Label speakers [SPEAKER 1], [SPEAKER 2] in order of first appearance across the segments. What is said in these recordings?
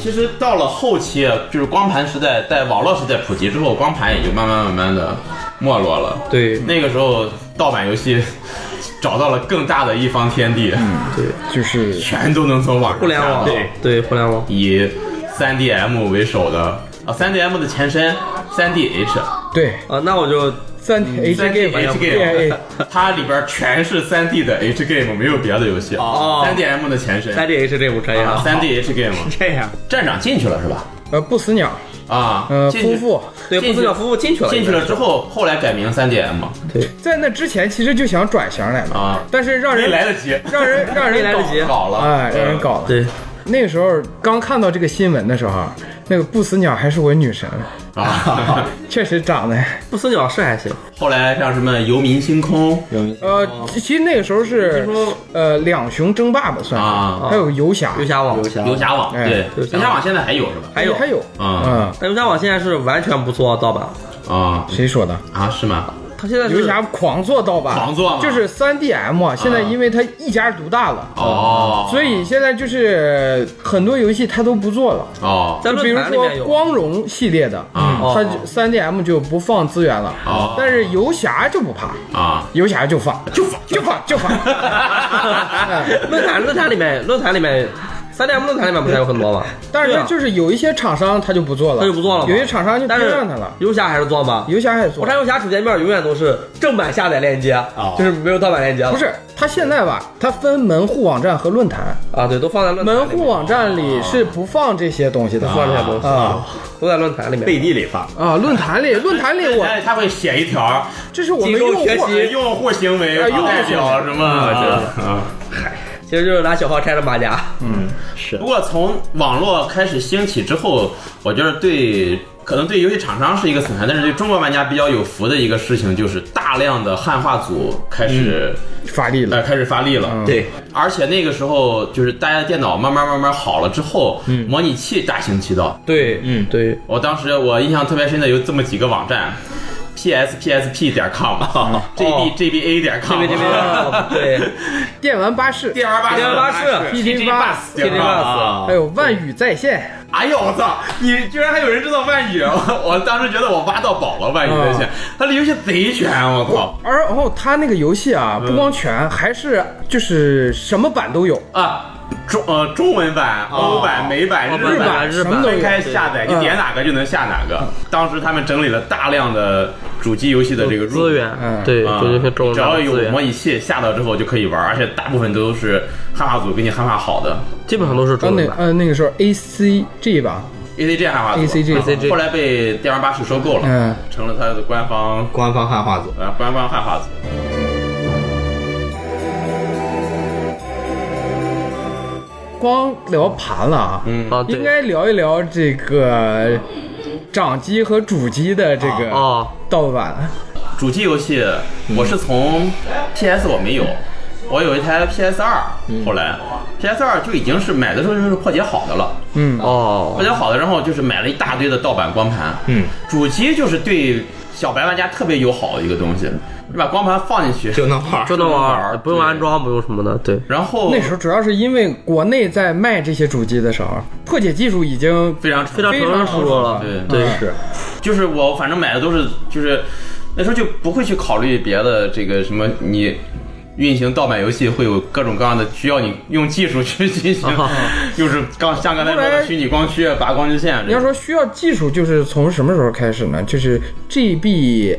[SPEAKER 1] 其实到了后期，就是光盘时代，在网络时代普及之后，光盘也就慢慢慢慢的没落了。
[SPEAKER 2] 对
[SPEAKER 1] 那个时候盗版游戏找到了更大的一方天地，
[SPEAKER 2] 对，
[SPEAKER 3] 就是
[SPEAKER 1] 全都能从网上
[SPEAKER 2] 互联网
[SPEAKER 1] 下载
[SPEAKER 2] 对互联网，
[SPEAKER 1] 以 3DM 为首的啊，3DM 的前身 3DH，3D
[SPEAKER 3] 对
[SPEAKER 2] 啊，那我就
[SPEAKER 3] 嗯三 H game
[SPEAKER 1] H
[SPEAKER 3] 哎
[SPEAKER 1] game，它里边全是 3D 的 H game，没有别的游戏。
[SPEAKER 2] 哦
[SPEAKER 1] 3DM 的前身
[SPEAKER 2] 三 D H 这部专业
[SPEAKER 1] 啊
[SPEAKER 2] 了。
[SPEAKER 1] ，3DH game，
[SPEAKER 4] 这
[SPEAKER 3] 啊
[SPEAKER 4] 样，
[SPEAKER 1] 站长进去了是吧？
[SPEAKER 3] 呃不死鸟
[SPEAKER 1] 啊，
[SPEAKER 3] 呃
[SPEAKER 1] 进去
[SPEAKER 3] 夫妇，
[SPEAKER 2] 对，
[SPEAKER 1] 进去
[SPEAKER 2] 不死鸟夫妇进 去了，
[SPEAKER 1] 进去了之后，后来改名 3DM
[SPEAKER 3] 在那之前其实就想转型来了，
[SPEAKER 1] 啊，
[SPEAKER 3] 但是让
[SPEAKER 1] 没
[SPEAKER 3] 人
[SPEAKER 1] 来得及，
[SPEAKER 3] 让人让人
[SPEAKER 2] 没来得及
[SPEAKER 1] 搞了，
[SPEAKER 3] 哎让人搞了。
[SPEAKER 2] 对，
[SPEAKER 3] 那个时候刚看到这个新闻的时候，啊那个不死鸟还是我女神，
[SPEAKER 1] 啊。
[SPEAKER 3] 确实长得，
[SPEAKER 2] 不死鸟是还行，
[SPEAKER 1] 后来像什么游民星空
[SPEAKER 3] 呃，其实那个时候是呃两雄争霸吧，算是，
[SPEAKER 1] 啊
[SPEAKER 3] 还有游侠，
[SPEAKER 2] 游侠网，
[SPEAKER 1] 游侠网，
[SPEAKER 3] 哎
[SPEAKER 1] 对，
[SPEAKER 2] 游
[SPEAKER 1] 游
[SPEAKER 2] 侠网
[SPEAKER 1] 侠网现在还有是吧？
[SPEAKER 2] 还有
[SPEAKER 3] 还有，
[SPEAKER 1] 啊
[SPEAKER 3] 嗯，
[SPEAKER 2] 但游侠网现在是完全不做盗版，
[SPEAKER 1] 啊
[SPEAKER 3] 谁说的？
[SPEAKER 1] 啊，是吗？
[SPEAKER 2] 他现在是
[SPEAKER 3] 游侠狂做盗版，
[SPEAKER 1] 狂做嘛
[SPEAKER 3] 就是三 DM，啊现在因为它一家独大了。
[SPEAKER 1] 哦，
[SPEAKER 3] 所以现在就是很多游戏它都不做了，
[SPEAKER 1] 哦
[SPEAKER 2] 在
[SPEAKER 3] 比
[SPEAKER 2] 论
[SPEAKER 3] 如
[SPEAKER 2] 坛里面
[SPEAKER 3] 说
[SPEAKER 2] 有哦
[SPEAKER 3] 光 荣系列的，
[SPEAKER 1] 啊
[SPEAKER 3] 它三 DM 就不放资源了，
[SPEAKER 1] 哦
[SPEAKER 3] 但是游侠就不怕，
[SPEAKER 1] 啊，
[SPEAKER 3] 游侠就放，就放，就放，就放。哎
[SPEAKER 2] 论坛论坛里面论坛里面，三 D M 论坛里面不是还有很多吗？
[SPEAKER 3] 但是
[SPEAKER 2] 对
[SPEAKER 3] 它
[SPEAKER 2] 啊
[SPEAKER 3] 就是有一些厂商他就不做了，
[SPEAKER 2] 他就不做了嘛
[SPEAKER 3] 有些厂商就不
[SPEAKER 2] 但是
[SPEAKER 3] 让他了。
[SPEAKER 2] 游侠还是做吧。
[SPEAKER 3] 游侠还
[SPEAKER 2] 我
[SPEAKER 3] 做，
[SPEAKER 2] 看游侠主界面永远都是正版下载链接，啊就是没有盗版链接了。
[SPEAKER 3] 哦不是他现在吧，他分门户网站和论坛，
[SPEAKER 2] 啊，对，都放在论坛里
[SPEAKER 3] 门
[SPEAKER 2] 面
[SPEAKER 3] 户网站里是不放这些东西的，
[SPEAKER 2] 放这些东西，
[SPEAKER 3] 啊
[SPEAKER 2] 都在论坛里面。
[SPEAKER 4] 背地里发，
[SPEAKER 3] 啊，论坛里，论坛里我
[SPEAKER 1] 哎，他会写一条，
[SPEAKER 3] 这是我们
[SPEAKER 2] 集中
[SPEAKER 3] 用户
[SPEAKER 2] 学习
[SPEAKER 1] 用户行为
[SPEAKER 3] 哎用户行为
[SPEAKER 1] 代表什么？啊
[SPEAKER 2] 其实就是拿小号拆了马甲。
[SPEAKER 4] 是
[SPEAKER 1] 不过从网络开始兴起之后，我觉得对可能对游戏厂商是一个损害，但是对中国玩家比较有福的一个事情就是大量的汉化组开始、
[SPEAKER 3] 发力了
[SPEAKER 1] 呃。开始发力了。
[SPEAKER 3] 嗯
[SPEAKER 4] 对，
[SPEAKER 1] 而且那个时候就是大家的电脑慢慢慢慢好了之后，
[SPEAKER 3] 嗯
[SPEAKER 1] 模拟器大行其道。
[SPEAKER 2] 对，
[SPEAKER 4] 嗯
[SPEAKER 2] 对，
[SPEAKER 1] 我当时我印象特别深的有这么几个网站，ps psp 点
[SPEAKER 2] 哦
[SPEAKER 1] com，jb jba 点 com，
[SPEAKER 2] 这边这边，哦 对，
[SPEAKER 3] 电玩巴士，
[SPEAKER 1] 电玩巴士，
[SPEAKER 2] 电玩巴士
[SPEAKER 1] PG
[SPEAKER 3] PG
[SPEAKER 1] bus，
[SPEAKER 3] bus
[SPEAKER 1] 点 com 啊
[SPEAKER 3] 还有万语在线，
[SPEAKER 1] 哎呦我操！你居然还有人知道万语，啊我我当时觉得我挖到宝了，万语在
[SPEAKER 2] 嗯
[SPEAKER 1] 线，他的游戏贼全，啊我操！
[SPEAKER 3] 而后他那个游戏啊，
[SPEAKER 2] 嗯
[SPEAKER 3] 不光全，还是就是什么版都有，
[SPEAKER 1] 啊，中呃中文版、欧版、美版、
[SPEAKER 2] 哦日
[SPEAKER 1] 版、
[SPEAKER 2] 版日版
[SPEAKER 1] 分开下载，
[SPEAKER 3] 对
[SPEAKER 1] 你点哪个就能下哪
[SPEAKER 2] 嗯
[SPEAKER 1] 个。当时他们整理了大量的主机游戏的这个
[SPEAKER 2] 资。
[SPEAKER 3] 嗯
[SPEAKER 2] 源，对，
[SPEAKER 1] 啊
[SPEAKER 2] 就是中文
[SPEAKER 1] 只要
[SPEAKER 2] 版
[SPEAKER 1] 有
[SPEAKER 2] 资
[SPEAKER 1] 模
[SPEAKER 2] 源，
[SPEAKER 1] 拟器下到之后就可以玩，而且大部分都是汉化组给你汉化好的
[SPEAKER 2] 基本上都是
[SPEAKER 3] 呃
[SPEAKER 2] 中
[SPEAKER 3] 那
[SPEAKER 2] 文版。
[SPEAKER 3] 呃那个时候 A C G 吧，
[SPEAKER 1] ACG 汉化组
[SPEAKER 3] ACG
[SPEAKER 1] 啊后来被电玩巴士收购了，
[SPEAKER 3] 嗯
[SPEAKER 1] 成了它的官方
[SPEAKER 4] 官方汉化组，
[SPEAKER 1] 呃官方汉化组。
[SPEAKER 3] 光聊盘了啊，
[SPEAKER 1] 嗯
[SPEAKER 2] 啊，对
[SPEAKER 3] 应该聊一聊这个掌机和主机的这个
[SPEAKER 2] 哦，
[SPEAKER 3] 盗版。
[SPEAKER 1] 主机游戏，我是从 PS 我没有，我有一台 PS 二，后来 PS 二就已经是买的时候就是破解好的了，
[SPEAKER 3] 嗯，
[SPEAKER 1] 破
[SPEAKER 2] 哦，
[SPEAKER 1] 解好的，然后就是买了一大堆的盗版光盘。
[SPEAKER 4] 嗯，
[SPEAKER 1] 主机就是对小白玩家特别友好的一个东西，你把光盘放进去
[SPEAKER 4] 就能玩，
[SPEAKER 2] 就能玩，不用
[SPEAKER 1] 对
[SPEAKER 2] 安装，不用什么的，对。
[SPEAKER 1] 然后
[SPEAKER 3] 那时候主要是因为国内在卖这些主机的时候，破解技术已经
[SPEAKER 1] 非常非
[SPEAKER 2] 非常成熟了，
[SPEAKER 1] 对
[SPEAKER 2] 对
[SPEAKER 3] 嗯
[SPEAKER 4] 是
[SPEAKER 1] 就是我反正买的都是就是那时候就不会去考虑别的这个什么你。运行盗版游戏会有各种各样的需要你用技术去进行，
[SPEAKER 3] 啊
[SPEAKER 1] 就是刚像刚才说
[SPEAKER 3] 后
[SPEAKER 1] 的
[SPEAKER 3] 来
[SPEAKER 1] 虚拟光驱、拔光驱线啊这种。
[SPEAKER 3] 你要说需要技术，就是从什么时候开始呢？就是 GBA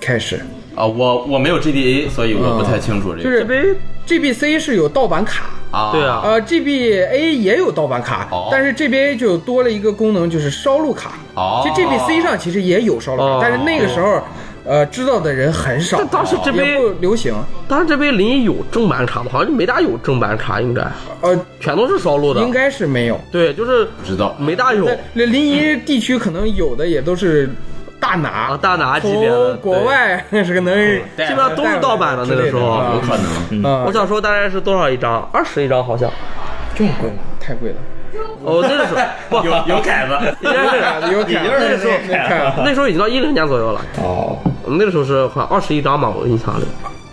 [SPEAKER 3] 开始，
[SPEAKER 1] 啊，我我没有 GBA，所以我不太清楚这个。
[SPEAKER 3] 啊就是 GBC 是有盗版卡，
[SPEAKER 1] 啊，
[SPEAKER 2] 对啊
[SPEAKER 3] 呃，GBA 也有盗版卡
[SPEAKER 1] 哦，
[SPEAKER 3] 但是 GBA 就多了一个功能，就是烧录卡。
[SPEAKER 1] 哦
[SPEAKER 3] 其实 GBC 上其实也有烧录
[SPEAKER 2] 哦
[SPEAKER 3] 卡，但是那个时候，呃，知道的人很少，
[SPEAKER 2] 但当时
[SPEAKER 3] 也
[SPEAKER 2] GBA
[SPEAKER 3] 不流行。
[SPEAKER 2] 当然这边临沂有正版卡吗？好像就没大有正版卡，应该
[SPEAKER 3] 呃，
[SPEAKER 2] 全都是烧录的。
[SPEAKER 3] 应该是没有。
[SPEAKER 2] 对，就是
[SPEAKER 1] 不知道
[SPEAKER 2] 没大有
[SPEAKER 3] 在临沂地区可能有的也都是大拿
[SPEAKER 2] 啊，，大拿级别的嗯
[SPEAKER 3] 从国，外是个能。
[SPEAKER 2] 对基本上都是盗版的那个时
[SPEAKER 3] 带回来
[SPEAKER 2] 候
[SPEAKER 3] 的。
[SPEAKER 1] 有可能。
[SPEAKER 3] 啊
[SPEAKER 2] 我，想说大概是多少一张？二十一张好像。
[SPEAKER 3] 这么贵吗？太贵了。
[SPEAKER 2] 哦，那个时 候不，
[SPEAKER 1] 有有凯子，
[SPEAKER 2] 应该是
[SPEAKER 3] 有凯
[SPEAKER 4] 就是
[SPEAKER 3] 那时候
[SPEAKER 4] 那
[SPEAKER 3] 那凯
[SPEAKER 2] 那时候已经到一零年左右了。
[SPEAKER 4] 哦，
[SPEAKER 2] 那个时候是好像二十一张吧，我印象里。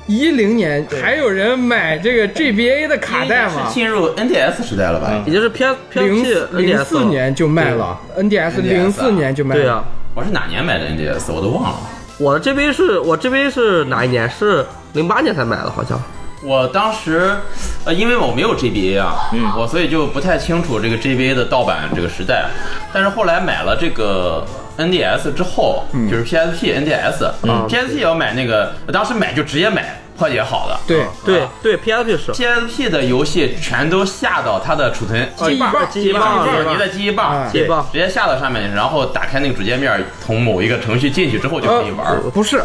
[SPEAKER 3] 一零年还有人买这个 GBA 的卡带吗
[SPEAKER 1] 是？进入 NDS 时代了吧？
[SPEAKER 3] 嗯
[SPEAKER 2] 也就是 PS PS
[SPEAKER 3] 零
[SPEAKER 2] P
[SPEAKER 3] 零四年就卖了，NDS 零四年就卖了。
[SPEAKER 2] 对啊，
[SPEAKER 1] 我是哪年买的 NDS？我都忘了。
[SPEAKER 2] 我这边是我这边是哪一年？是零八年才买的，好像。
[SPEAKER 1] 我当时，呃，因为我没有 GBA 啊，嗯，我所以就不太清楚这个 GBA 的盗版这个时代。但是后来买了这个 NDS 之后，就是 PSP、NDS、PSP 要买那个，我当时买就直接买破解好的。
[SPEAKER 3] 对
[SPEAKER 2] 对对，PSP 是。
[SPEAKER 1] PSP 的游戏全都下到它的储存
[SPEAKER 2] 记忆棒
[SPEAKER 1] 记忆
[SPEAKER 2] 记忆棒
[SPEAKER 1] 棒，你的记忆棒，
[SPEAKER 2] 记忆棒
[SPEAKER 1] 直接下到上面，然后打开那个主界面，从某一个程序进去之后就可以玩儿
[SPEAKER 3] 呃，不是，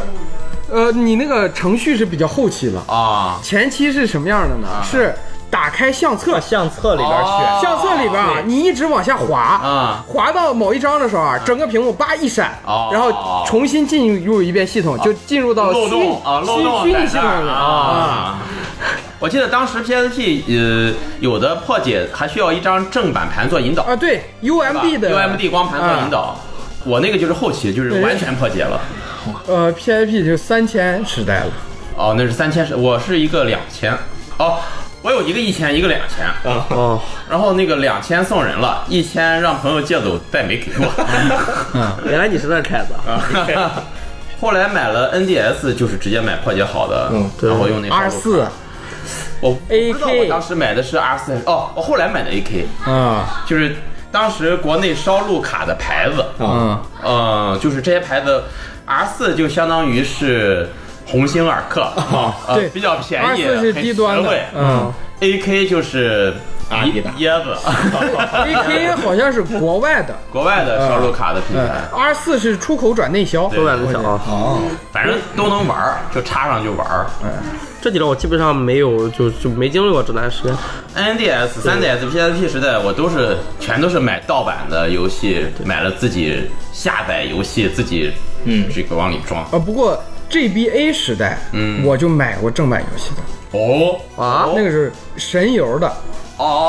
[SPEAKER 3] 呃，你那个程序是比较后期了，
[SPEAKER 1] 啊。
[SPEAKER 3] 前期是什么样的呢？是打开相册，
[SPEAKER 4] 相册里边
[SPEAKER 1] 哦
[SPEAKER 4] 选，
[SPEAKER 3] 相册里边啊，你一直往下滑
[SPEAKER 1] 啊
[SPEAKER 3] 滑到某一张的时候啊，整个屏幕叭一闪，
[SPEAKER 1] 哦啊
[SPEAKER 3] 然后重新进入一遍系统，就进入到
[SPEAKER 1] 漏
[SPEAKER 3] 哦虚
[SPEAKER 1] 洞啊，漏洞
[SPEAKER 3] 虚虚
[SPEAKER 1] 在
[SPEAKER 3] 拟系
[SPEAKER 1] 这
[SPEAKER 3] 统
[SPEAKER 1] 儿
[SPEAKER 3] 里啊。
[SPEAKER 1] 啊。我记得当时 PSP 呃有的破解还需要一张正版盘做引导
[SPEAKER 3] 啊，对
[SPEAKER 1] 是
[SPEAKER 3] ，UMD
[SPEAKER 1] 吧
[SPEAKER 3] 的
[SPEAKER 1] UMD 光盘做引
[SPEAKER 3] 啊
[SPEAKER 1] 导，我那个就是后期就是完全破解了。
[SPEAKER 3] 呃，PIP 就三千时代了，
[SPEAKER 1] 哦，那是三千，我是一个两千哦。我有一个一千，一个两千，
[SPEAKER 2] 哦，
[SPEAKER 1] 然后那个两千送人了，一千让朋友借走，再没给 我。
[SPEAKER 2] 原来你是那凯子。
[SPEAKER 3] 啊
[SPEAKER 1] 后来买了 NDS，就是直接买破解好的，
[SPEAKER 2] 对
[SPEAKER 1] 然后用那啊
[SPEAKER 3] 二
[SPEAKER 1] 烧录
[SPEAKER 3] 四
[SPEAKER 1] 我哦我不知道
[SPEAKER 3] AK
[SPEAKER 1] 我当时买的是 R 四哦，我后来买的 AK，
[SPEAKER 3] 啊，
[SPEAKER 1] 就是当时国内烧录卡的牌子，
[SPEAKER 3] 嗯，
[SPEAKER 1] 嗯，就是这些牌子 R 四就相当于是红星尔克，呃
[SPEAKER 3] 啊对
[SPEAKER 1] 比较便
[SPEAKER 3] 二
[SPEAKER 1] 宜，
[SPEAKER 3] 四是低端
[SPEAKER 1] 很实
[SPEAKER 3] 的
[SPEAKER 1] 惠，
[SPEAKER 3] 嗯
[SPEAKER 1] AK 就是
[SPEAKER 4] 阿迪达
[SPEAKER 1] 椰子，
[SPEAKER 3] ，AK 好像是国外的，
[SPEAKER 1] 国外的烧录卡的品牌，
[SPEAKER 3] 二四是出口转内销，
[SPEAKER 1] 对
[SPEAKER 2] 我感觉想啊，
[SPEAKER 1] 反正都能玩儿，就插上就玩儿。
[SPEAKER 2] 这几张我基本上没有，就就没经历过这段时间。
[SPEAKER 1] NDS、3DS、PSP 时代，我都是全都是买盗版的游戏，买了自己下载游戏，自己嗯这个往里装。
[SPEAKER 3] 啊，不过 GBA 时代，
[SPEAKER 1] 嗯
[SPEAKER 3] 我就买过正版游戏的，
[SPEAKER 1] 哦
[SPEAKER 2] 啊
[SPEAKER 3] 那个是神游的